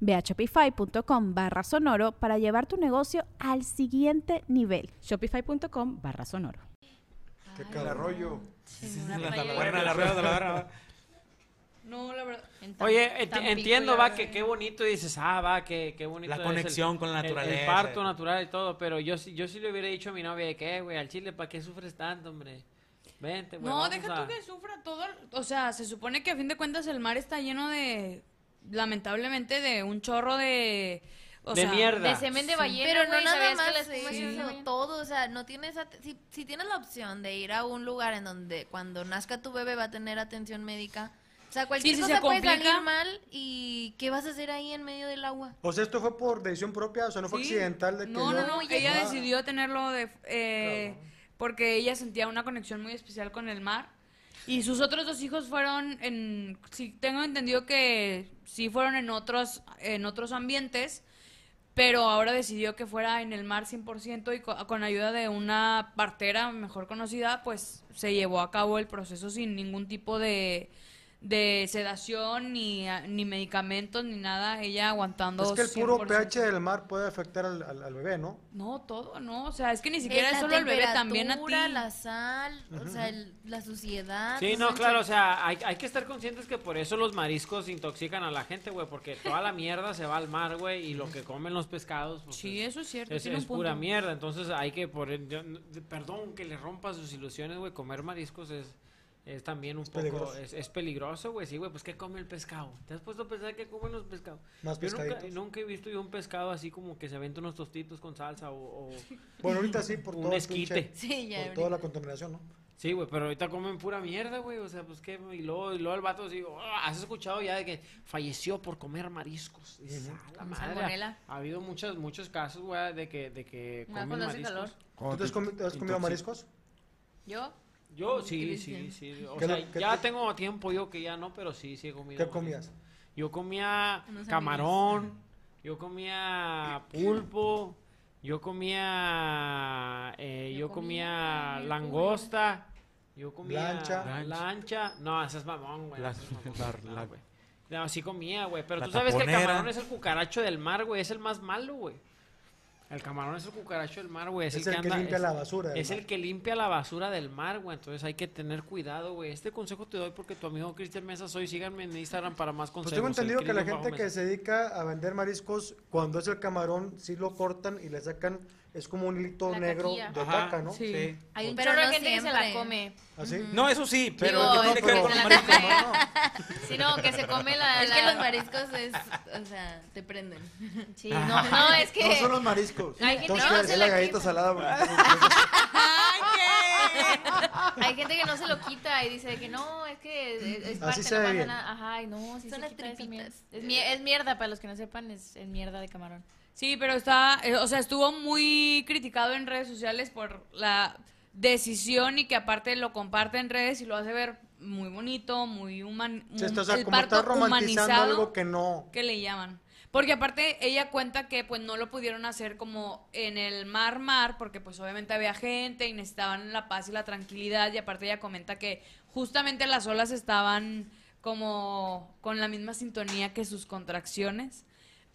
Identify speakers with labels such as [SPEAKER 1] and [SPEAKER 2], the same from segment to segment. [SPEAKER 1] Ve a shopify.com barra sonoro para llevar tu negocio al siguiente nivel.
[SPEAKER 2] Shopify.com barra sonoro.
[SPEAKER 3] Qué cara rollo.
[SPEAKER 4] La
[SPEAKER 5] Buena la rueda, la barra.
[SPEAKER 4] No, la verdad. en Tam-
[SPEAKER 5] Oye, ent-
[SPEAKER 4] Tampico
[SPEAKER 5] entiendo,
[SPEAKER 4] ya
[SPEAKER 5] va,
[SPEAKER 4] ves.
[SPEAKER 5] que qué bonito y dices, ah, va, que qué bonito.
[SPEAKER 6] La
[SPEAKER 5] es
[SPEAKER 6] conexión con la
[SPEAKER 5] el- El,
[SPEAKER 6] naturaleza.
[SPEAKER 5] parto natural y todo, pero yo, sí- yo sí le hubiera dicho a mi novia de que, "Eh, güey, al chile, ¿para qué sufres tanto, hombre? Vente, güey.
[SPEAKER 4] No,
[SPEAKER 5] vamos
[SPEAKER 4] deja
[SPEAKER 5] a-
[SPEAKER 4] tú que sufra todo. el- O sea, se supone que a fin de cuentas el mar está lleno de. Lamentablemente de un chorro de. O
[SPEAKER 5] De
[SPEAKER 4] sea,
[SPEAKER 5] mierda.
[SPEAKER 7] De semen de
[SPEAKER 4] Sí.
[SPEAKER 7] ballena,
[SPEAKER 4] Pero no
[SPEAKER 7] güey,
[SPEAKER 4] nada
[SPEAKER 7] ¿sabías
[SPEAKER 4] más,
[SPEAKER 7] que las plumas
[SPEAKER 4] sí.
[SPEAKER 7] son lo- todo, o sea, no tienes at- si, si tienes la opción de ir a un lugar en donde cuando nazca tu bebé va a tener atención médica. O sea, cualquier
[SPEAKER 4] si
[SPEAKER 7] cosa
[SPEAKER 4] se
[SPEAKER 7] puede
[SPEAKER 4] complica.
[SPEAKER 7] salir mal y ¿qué vas a hacer ahí en medio del agua?
[SPEAKER 3] O sea, esto fue por decisión propia, o sea, no fue
[SPEAKER 4] Sí.
[SPEAKER 3] accidental de que
[SPEAKER 4] No,
[SPEAKER 3] yo-
[SPEAKER 4] no, no.
[SPEAKER 7] ya-
[SPEAKER 4] Ella
[SPEAKER 3] Ah.
[SPEAKER 4] decidió tenerlo de. eh, Porque ella sentía una conexión muy especial con el mar. Y sus otros dos hijos fueron en. Sí, tengo entendido que sí fueron en otros, en otros ambientes. Pero ahora decidió que fuera en el mar 100% y co- con, ayuda de una partera mejor conocida, pues se llevó a cabo el proceso sin ningún tipo de, de sedación, ni, a- ni medicamentos, ni nada. Ella aguantando.
[SPEAKER 3] Es que el puro
[SPEAKER 4] 100%.
[SPEAKER 3] pH del mar puede afectar al, al- al bebé, ¿no?
[SPEAKER 4] No, todo, no. O sea, es que ni siquiera es
[SPEAKER 7] Eh, la
[SPEAKER 4] solo el bebé, también a ti.
[SPEAKER 7] temperatura, la sal, o sea, el- la suciedad.
[SPEAKER 5] Sí, no,
[SPEAKER 7] manches.
[SPEAKER 5] claro, o sea, hay, hay que estar conscientes que por eso los mariscos intoxican a la gente, güey, porque toda la mierda se va al mar, güey, y lo que comen los pescados, pues,
[SPEAKER 4] Sí,
[SPEAKER 5] es-
[SPEAKER 4] eso es cierto.
[SPEAKER 5] es,
[SPEAKER 4] tiene
[SPEAKER 5] es
[SPEAKER 4] un punto.
[SPEAKER 5] pura mierda, entonces hay que poner, yo- perdón que le rompa sus ilusiones, güey, comer mariscos es, es también un poco,
[SPEAKER 3] peligroso.
[SPEAKER 5] es, es peligroso, güey, sí, güey, pues ¿qué come el pescado? ¿Te has puesto a pensar qué comen los pescados?
[SPEAKER 3] Más
[SPEAKER 5] yo nunca,
[SPEAKER 3] pescaditos.
[SPEAKER 5] nunca he visto yo un pescado así como que se aventa unos tostitos con salsa o... o-
[SPEAKER 3] Bueno, ahorita sí, por
[SPEAKER 5] Un
[SPEAKER 3] todo el
[SPEAKER 5] esquite.
[SPEAKER 3] pinche-
[SPEAKER 7] Sí, ya.
[SPEAKER 3] por toda la contaminación, ¿no?
[SPEAKER 5] Sí, güey, pero ahorita comen pura mierda, güey. O sea, pues qué. Y luego, y luego el vato digo, has escuchado ya de que falleció por comer mariscos. Y dices, "Ah, la
[SPEAKER 7] Con
[SPEAKER 5] madre".
[SPEAKER 7] salmonela.
[SPEAKER 5] Ha habido muchos, muchos casos, güey, de que, de que
[SPEAKER 7] Más
[SPEAKER 5] comen
[SPEAKER 7] cuando hace
[SPEAKER 5] mariscos.
[SPEAKER 7] calor.
[SPEAKER 3] ¿Tú te has, comi- te has comido
[SPEAKER 5] Intoxi-
[SPEAKER 3] mariscos?
[SPEAKER 7] Yo
[SPEAKER 5] Yo
[SPEAKER 7] Mm,
[SPEAKER 5] sí,
[SPEAKER 7] qué
[SPEAKER 5] sí,
[SPEAKER 7] bien.
[SPEAKER 5] sí. O
[SPEAKER 3] ¿Qué
[SPEAKER 5] sea,
[SPEAKER 3] lo- qué
[SPEAKER 5] ya
[SPEAKER 3] te-
[SPEAKER 5] tengo tiempo yo que ya no, pero sí, sí he comido.
[SPEAKER 3] ¿Qué comías?
[SPEAKER 5] Yo comía
[SPEAKER 7] Unos
[SPEAKER 5] camarón, yo comía pulpo, yo comía eh, yo,
[SPEAKER 7] Yo comía
[SPEAKER 5] comía
[SPEAKER 7] el
[SPEAKER 5] langosta, yo comía
[SPEAKER 3] Lancha.
[SPEAKER 5] lancha,
[SPEAKER 6] Lancha.
[SPEAKER 5] no, ese es mamón, güey.
[SPEAKER 6] La-
[SPEAKER 5] ese es mamón.
[SPEAKER 6] la-
[SPEAKER 5] No,
[SPEAKER 6] la-
[SPEAKER 5] güey. No, sí comía, güey, pero
[SPEAKER 6] La
[SPEAKER 5] tú sabes que el
[SPEAKER 6] taponera.
[SPEAKER 5] camarón es el cucaracho del mar, güey, es el más malo, güey. El camarón es el cucaracho del mar, güey, es,
[SPEAKER 3] Es el que
[SPEAKER 5] anda-
[SPEAKER 3] limpia
[SPEAKER 5] es-
[SPEAKER 3] la basura del
[SPEAKER 5] Es el
[SPEAKER 3] mar.
[SPEAKER 5] que limpia la basura del mar, güey, entonces hay que tener cuidado, güey. Este consejo te doy porque tu amigo Cristian Mesa soy, síganme en Instagram para más consejos.
[SPEAKER 3] Pues tengo
[SPEAKER 5] el
[SPEAKER 3] entendido que la
[SPEAKER 5] Cristian bajo
[SPEAKER 3] gente que
[SPEAKER 5] Mesa.
[SPEAKER 3] se dedica a vender mariscos, cuando es el camarón, sí lo cortan y le sacan, es como un hilito
[SPEAKER 7] La
[SPEAKER 3] negro
[SPEAKER 7] caquilla.
[SPEAKER 3] de
[SPEAKER 6] Ajá,
[SPEAKER 3] caca, ¿no? ¿Ah,
[SPEAKER 4] Sí.
[SPEAKER 7] hay un
[SPEAKER 8] Pero
[SPEAKER 7] chorro
[SPEAKER 8] la gente que se la
[SPEAKER 7] siempre.
[SPEAKER 8] come.
[SPEAKER 3] ¿Así?
[SPEAKER 6] No, eso sí, pero
[SPEAKER 7] Digo,
[SPEAKER 6] ¿qué
[SPEAKER 7] es
[SPEAKER 4] este,
[SPEAKER 6] tiene que ver
[SPEAKER 7] que
[SPEAKER 6] con
[SPEAKER 7] se
[SPEAKER 6] los
[SPEAKER 7] la
[SPEAKER 6] mariscos?
[SPEAKER 7] come.
[SPEAKER 6] No, no.
[SPEAKER 8] Sino que se come la.
[SPEAKER 7] Ah, Es que
[SPEAKER 8] la-
[SPEAKER 7] los mariscos es, o sea, te prenden.
[SPEAKER 8] Sí, no, no, es que.
[SPEAKER 3] Ah. No son los mariscos.
[SPEAKER 8] Hay gente
[SPEAKER 3] Tenemos
[SPEAKER 8] que
[SPEAKER 3] que
[SPEAKER 8] no
[SPEAKER 3] decir
[SPEAKER 8] se
[SPEAKER 3] la
[SPEAKER 8] la
[SPEAKER 3] galleta
[SPEAKER 8] quita.
[SPEAKER 3] salada. porque-
[SPEAKER 8] Hay gente que no se lo quita y dice que no, es que es, es parte,
[SPEAKER 3] Así se ve
[SPEAKER 8] no pasa
[SPEAKER 3] bien.
[SPEAKER 8] nada. Ajá, ay, no, sí
[SPEAKER 7] Son
[SPEAKER 8] se
[SPEAKER 7] las
[SPEAKER 8] quita esa mierda.
[SPEAKER 7] tripitas.
[SPEAKER 8] Es, mier- es mierda, para los que no sepan, es, es mierda de camarón.
[SPEAKER 4] Sí, pero está, eh, o sea, estuvo muy criticado en redes sociales por la decisión y que aparte lo comparte en redes y lo hace ver muy bonito, muy humano.
[SPEAKER 3] Sí, está- este, o sea, como está romantizando algo que no.
[SPEAKER 4] que le llaman. Porque aparte ella cuenta que pues no lo pudieron hacer como en el mar mar, porque pues obviamente había gente y necesitaban la paz y la tranquilidad. Y aparte ella comenta que justamente las olas estaban como con la misma sintonía que sus contracciones.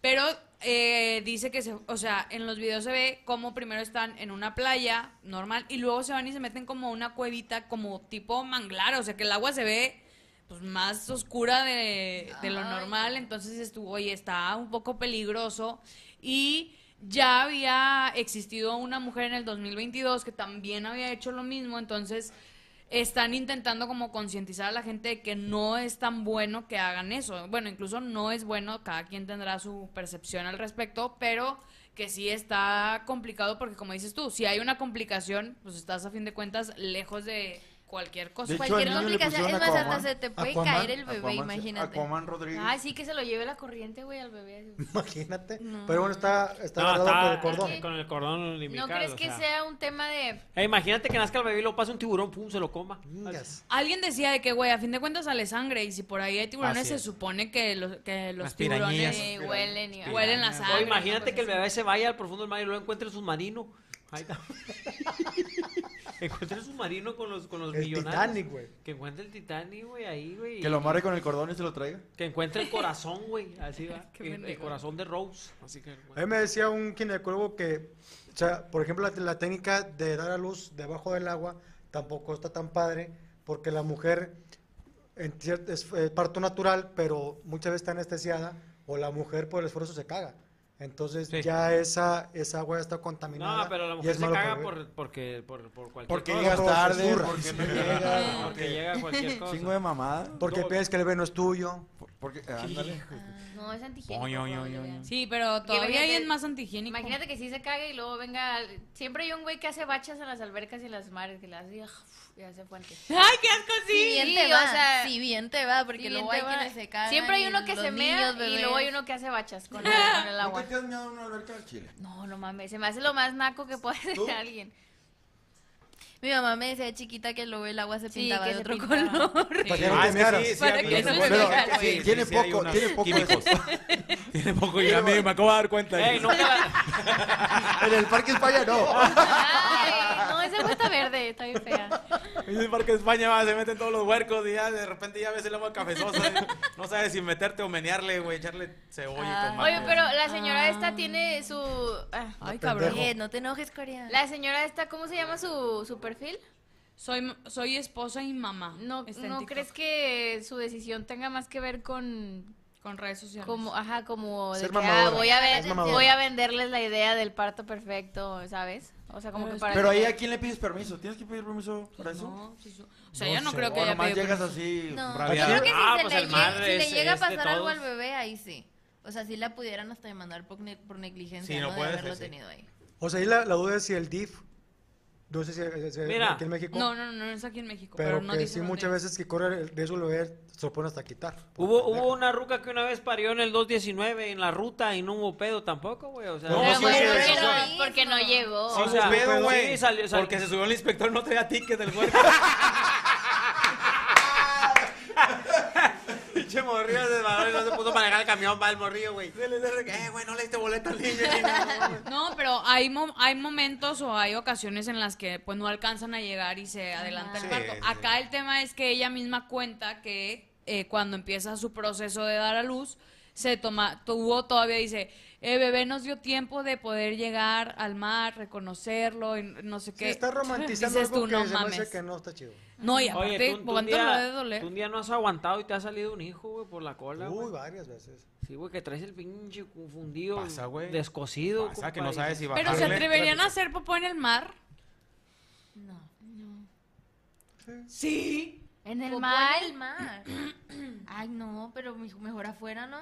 [SPEAKER 4] Pero eh, dice que, se, o sea, en los videos se ve cómo primero están en una playa normal y luego se van y se meten como a una cuevita, como tipo manglar, o sea que el agua se ve pues más oscura de, de lo
[SPEAKER 7] Ay.
[SPEAKER 4] normal, entonces estuvo y está un poco peligroso y ya había existido una mujer en el 2022 que también había hecho lo mismo, entonces están intentando como concientizar a la gente de que no es tan bueno que hagan eso. Bueno, incluso no es bueno, cada quien tendrá su percepción al respecto, pero que sí está complicado porque como dices tú, si hay una complicación, pues estás a fin de cuentas lejos de cualquier cosa.
[SPEAKER 6] De hecho,
[SPEAKER 8] Cualquier
[SPEAKER 6] al niño le
[SPEAKER 8] complicación, es
[SPEAKER 6] pusieron
[SPEAKER 8] más, hasta
[SPEAKER 6] Aquaman.
[SPEAKER 8] se te puede
[SPEAKER 3] Aquaman,
[SPEAKER 8] caer el bebé,
[SPEAKER 6] Aquaman se-
[SPEAKER 8] imagínate.
[SPEAKER 6] Aquaman Rodríguez.
[SPEAKER 8] Ay, sí, que se lo lleve la corriente, güey, al bebé.
[SPEAKER 3] Imagínate. Pero bueno, está, está
[SPEAKER 5] No,
[SPEAKER 3] agarrado
[SPEAKER 5] está-
[SPEAKER 3] por el cordón.
[SPEAKER 5] Con el cordón
[SPEAKER 8] ¿No
[SPEAKER 5] umbilical,
[SPEAKER 8] crees
[SPEAKER 5] o
[SPEAKER 8] que
[SPEAKER 5] sea.
[SPEAKER 8] sea un tema de...
[SPEAKER 5] Eh, imagínate que nazca el bebé y lo pasa un tiburón, pum, se lo coma.
[SPEAKER 3] Chingas.
[SPEAKER 4] Alguien decía de que, güey, a fin de cuentas sale sangre y si por ahí hay tiburones,
[SPEAKER 5] Así
[SPEAKER 4] se
[SPEAKER 5] es.
[SPEAKER 4] supone que los, que los
[SPEAKER 9] Las
[SPEAKER 4] tiburones
[SPEAKER 9] pirañillas.
[SPEAKER 8] eh, huelen y...
[SPEAKER 4] huelen la
[SPEAKER 5] O
[SPEAKER 4] sangre.
[SPEAKER 5] imagínate
[SPEAKER 8] una
[SPEAKER 5] que el
[SPEAKER 8] cosa
[SPEAKER 5] bebé se vaya al profundo del mar y lo encuentre el submarino. Ahí está. encuentre el submarino con los, con los
[SPEAKER 3] El
[SPEAKER 5] millonarios.
[SPEAKER 3] Titanic, güey.
[SPEAKER 5] Que encuentre el Titanic, güey, ahí, güey.
[SPEAKER 6] Que lo amarre con el cordón y se lo traiga.
[SPEAKER 5] Que encuentre el corazón, güey. Así va.
[SPEAKER 4] Qué
[SPEAKER 5] el, el
[SPEAKER 4] pendejo.
[SPEAKER 5] corazón de Rose. Así que.
[SPEAKER 3] A
[SPEAKER 6] Eh,
[SPEAKER 3] mí me decía un ginecólogo que, o sea, por ejemplo, la, la técnica de dar a luz debajo del agua tampoco está tan padre, porque la mujer en cier- es eh, parto natural, pero muchas veces está anestesiada, o la mujer por el esfuerzo se caga. Entonces
[SPEAKER 5] Sí.
[SPEAKER 3] ya esa, esa agua está contaminada.
[SPEAKER 5] No, pero la
[SPEAKER 3] y
[SPEAKER 5] mujer
[SPEAKER 3] es
[SPEAKER 5] se
[SPEAKER 3] malo para
[SPEAKER 5] caga
[SPEAKER 3] el bebé.
[SPEAKER 5] por, porque, por, por cualquier
[SPEAKER 6] Porque
[SPEAKER 5] cosa.
[SPEAKER 6] llegas
[SPEAKER 3] todo se
[SPEAKER 6] tarde,
[SPEAKER 3] zurra.
[SPEAKER 6] porque no llegas,
[SPEAKER 5] Porque
[SPEAKER 6] porque
[SPEAKER 5] llega cualquier cosa.
[SPEAKER 6] chingo de mamada.
[SPEAKER 3] Porque
[SPEAKER 5] No.
[SPEAKER 3] piensas que el bebé no es tuyo.
[SPEAKER 6] Por- Porque, ah, ándale.
[SPEAKER 8] No, es
[SPEAKER 9] Oy,
[SPEAKER 8] antigénico.
[SPEAKER 9] oy, oy,
[SPEAKER 8] güey,
[SPEAKER 9] oy,
[SPEAKER 8] ya.
[SPEAKER 9] oy.
[SPEAKER 4] Sí, pero todavía hay
[SPEAKER 8] imagínate-
[SPEAKER 4] en más antihigiénico.
[SPEAKER 8] Imagínate que sí se cague y luego venga... Siempre hay un güey que hace bachas en las albercas y en las mares, que las... Y hace fuente.
[SPEAKER 4] ¡Ay, qué asco, sí!
[SPEAKER 7] Si bien te
[SPEAKER 8] o
[SPEAKER 7] va,
[SPEAKER 8] sea,
[SPEAKER 7] si bien te va,
[SPEAKER 8] Sí,
[SPEAKER 7] porque
[SPEAKER 8] bien
[SPEAKER 7] luego
[SPEAKER 8] te
[SPEAKER 7] hay
[SPEAKER 8] va.
[SPEAKER 7] quienes se cagan.
[SPEAKER 8] Siempre hay
[SPEAKER 7] y
[SPEAKER 8] uno que
[SPEAKER 7] los
[SPEAKER 8] se mea
[SPEAKER 7] niños,
[SPEAKER 8] y luego hay
[SPEAKER 7] bebés.
[SPEAKER 8] uno que hace bachas con el, con el
[SPEAKER 6] ¿Nunca
[SPEAKER 8] agua.
[SPEAKER 6] te has meado en una alberca al chile?
[SPEAKER 8] No, no mames, se me hace lo más naco que puede hacer
[SPEAKER 6] ¿Tú?
[SPEAKER 8] alguien.
[SPEAKER 7] Mi mamá me decía de chiquita que luego el agua se
[SPEAKER 8] Sí,
[SPEAKER 7] pintaba
[SPEAKER 8] que
[SPEAKER 7] de
[SPEAKER 8] se
[SPEAKER 7] otro
[SPEAKER 8] pintaba.
[SPEAKER 7] color.
[SPEAKER 9] Pues
[SPEAKER 3] Para que no
[SPEAKER 5] Ah,
[SPEAKER 3] te
[SPEAKER 5] es
[SPEAKER 3] mearas.
[SPEAKER 5] que sí, sí,
[SPEAKER 8] Para
[SPEAKER 5] hay-
[SPEAKER 8] que
[SPEAKER 5] sí,
[SPEAKER 8] no
[SPEAKER 5] sí,
[SPEAKER 8] se
[SPEAKER 5] hay
[SPEAKER 6] Pero
[SPEAKER 5] una-
[SPEAKER 8] vea,
[SPEAKER 6] eh, sí,
[SPEAKER 9] Sí,
[SPEAKER 6] tiene
[SPEAKER 9] sí, sí hay
[SPEAKER 6] poco,
[SPEAKER 9] unos
[SPEAKER 6] tiene poco. de
[SPEAKER 9] químicos.
[SPEAKER 6] eso.
[SPEAKER 9] Tiene poco, yo ya me, me acabo de dar cuenta.
[SPEAKER 5] Ey, nunca la-
[SPEAKER 6] En el Parque España no.
[SPEAKER 8] Ay, no, esa agua está verde, está bien fea.
[SPEAKER 9] En el Parque de España va, se meten todos los huercos y ya de repente ya ves el agua cafezosa. y no sabes si meterte o menearle, güey, echarle cebolla y tomate.
[SPEAKER 8] Oye, pero la señora esta tiene su... ah,
[SPEAKER 4] Ay,
[SPEAKER 3] cabrón.
[SPEAKER 4] cabrón.
[SPEAKER 7] Oye, no te enojes, Corea.
[SPEAKER 8] La señora esta, ¿cómo se llama su, su perfil?
[SPEAKER 4] Soy, soy esposa y mamá.
[SPEAKER 8] ¿No,
[SPEAKER 4] Está en
[SPEAKER 8] ¿no
[SPEAKER 4] TikTok,
[SPEAKER 8] crees que su decisión tenga más que ver con...
[SPEAKER 4] Con redes sociales.
[SPEAKER 8] Como, ajá, como de
[SPEAKER 3] Ser
[SPEAKER 8] que, ah,
[SPEAKER 3] mamadora,
[SPEAKER 8] voy, a
[SPEAKER 3] es
[SPEAKER 8] ver,
[SPEAKER 3] mamadora.
[SPEAKER 8] voy a venderles la idea del parto perfecto, ¿sabes? O sea, como
[SPEAKER 4] Pero
[SPEAKER 8] que
[SPEAKER 4] es-
[SPEAKER 8] para...
[SPEAKER 6] Pero
[SPEAKER 8] que-
[SPEAKER 6] ahí a quién le pides permiso. ¿Tienes que pedir permiso para eso?
[SPEAKER 4] No, sí, sí. o sea, yo no
[SPEAKER 9] sé.
[SPEAKER 4] creo que
[SPEAKER 6] O
[SPEAKER 4] haya
[SPEAKER 6] nomás
[SPEAKER 4] pedido
[SPEAKER 6] llegas
[SPEAKER 4] permiso.
[SPEAKER 6] así,
[SPEAKER 7] No, yo
[SPEAKER 9] Rabiada.
[SPEAKER 7] creo que si,
[SPEAKER 5] Ah,
[SPEAKER 7] se
[SPEAKER 5] pues
[SPEAKER 7] le,
[SPEAKER 5] el
[SPEAKER 7] lle-
[SPEAKER 5] madre
[SPEAKER 7] si le
[SPEAKER 5] es-
[SPEAKER 7] llega a
[SPEAKER 8] este,
[SPEAKER 5] es de
[SPEAKER 7] pasar algo al
[SPEAKER 5] todos.
[SPEAKER 7] bebé, ahí sí. O sea, sí la pudieran hasta demandar por, ne- por negligencia
[SPEAKER 9] Sí,
[SPEAKER 7] ¿no?
[SPEAKER 9] lo
[SPEAKER 7] de
[SPEAKER 9] puede
[SPEAKER 7] haberlo
[SPEAKER 9] hacer, sí.
[SPEAKER 7] tenido ahí.
[SPEAKER 3] O sea, ahí la, la duda es si el DIF, no sé si, si-
[SPEAKER 5] Mira.
[SPEAKER 3] aquí en México,
[SPEAKER 4] No, no, no, no es aquí en México. Pero,
[SPEAKER 3] pero,
[SPEAKER 4] no
[SPEAKER 3] que
[SPEAKER 4] dice
[SPEAKER 3] sí
[SPEAKER 4] dónde
[SPEAKER 3] muchas
[SPEAKER 4] es.
[SPEAKER 3] veces que corre el riesgo el bebé, se lo ponen hasta quitar. por
[SPEAKER 5] Hubo,
[SPEAKER 3] pendejo.
[SPEAKER 5] hubo una ruca que una vez parió en el 219 en la ruta y no hubo pedo tampoco, güey. O sea,
[SPEAKER 6] No, pues
[SPEAKER 8] Pero
[SPEAKER 6] sí,
[SPEAKER 8] bueno,
[SPEAKER 6] sí,
[SPEAKER 8] porque
[SPEAKER 6] sí,
[SPEAKER 8] no-
[SPEAKER 7] sí.
[SPEAKER 8] porque no llegó.
[SPEAKER 5] Sí,
[SPEAKER 9] Sí,
[SPEAKER 5] o sea,
[SPEAKER 9] hubo pedo,
[SPEAKER 5] sí,
[SPEAKER 9] güey.
[SPEAKER 5] salió- salió-
[SPEAKER 9] Porque se subió el inspector, no traía ticket del huerco. Pinche morrillo de valor y no se puso a manejar el camión, va el morrillo, güey. Eh, güey, no le diste boleto al niño. ni nada, güey.
[SPEAKER 4] No, pero hay, mo- hay momentos o hay ocasiones en las que pues no alcanzan a llegar y se adelanta el
[SPEAKER 9] Sí,
[SPEAKER 4] parto.
[SPEAKER 9] sí.
[SPEAKER 4] Acá el tema es que ella misma cuenta que eh, cuando empieza su proceso de dar a luz, se toma, tuvo todavía, dice, eh, bebé nos dio tiempo de poder llegar al mar, reconocerlo, y no sé
[SPEAKER 3] Sí,
[SPEAKER 4] qué.
[SPEAKER 3] está romantizando
[SPEAKER 4] Dices
[SPEAKER 3] algo
[SPEAKER 4] tú,
[SPEAKER 3] que
[SPEAKER 4] no
[SPEAKER 3] se me hace
[SPEAKER 4] mames.
[SPEAKER 3] que no está chido.
[SPEAKER 4] No, y
[SPEAKER 5] Oye,
[SPEAKER 4] aparte,
[SPEAKER 5] tú- tú, un
[SPEAKER 4] ¿cuánto lo debe
[SPEAKER 5] día,
[SPEAKER 4] doler?
[SPEAKER 5] tú un día no has aguantado y te ha salido un hijo, güey, por la cola,
[SPEAKER 3] Uy,
[SPEAKER 5] güey.
[SPEAKER 3] varias veces.
[SPEAKER 5] Sí, güey, que traes el pinche confundido,
[SPEAKER 9] Pasa, güey.
[SPEAKER 5] descosido.
[SPEAKER 9] Pasa que
[SPEAKER 5] compa,
[SPEAKER 9] no
[SPEAKER 5] y-
[SPEAKER 9] sabes si bajarle.
[SPEAKER 4] Pero se atreverían a hacer popó en el mar.
[SPEAKER 7] No.
[SPEAKER 4] Sí.
[SPEAKER 8] En el
[SPEAKER 7] Popó
[SPEAKER 8] mar.
[SPEAKER 7] en el mar. Ay, no, pero mi- mejor afuera, ¿no?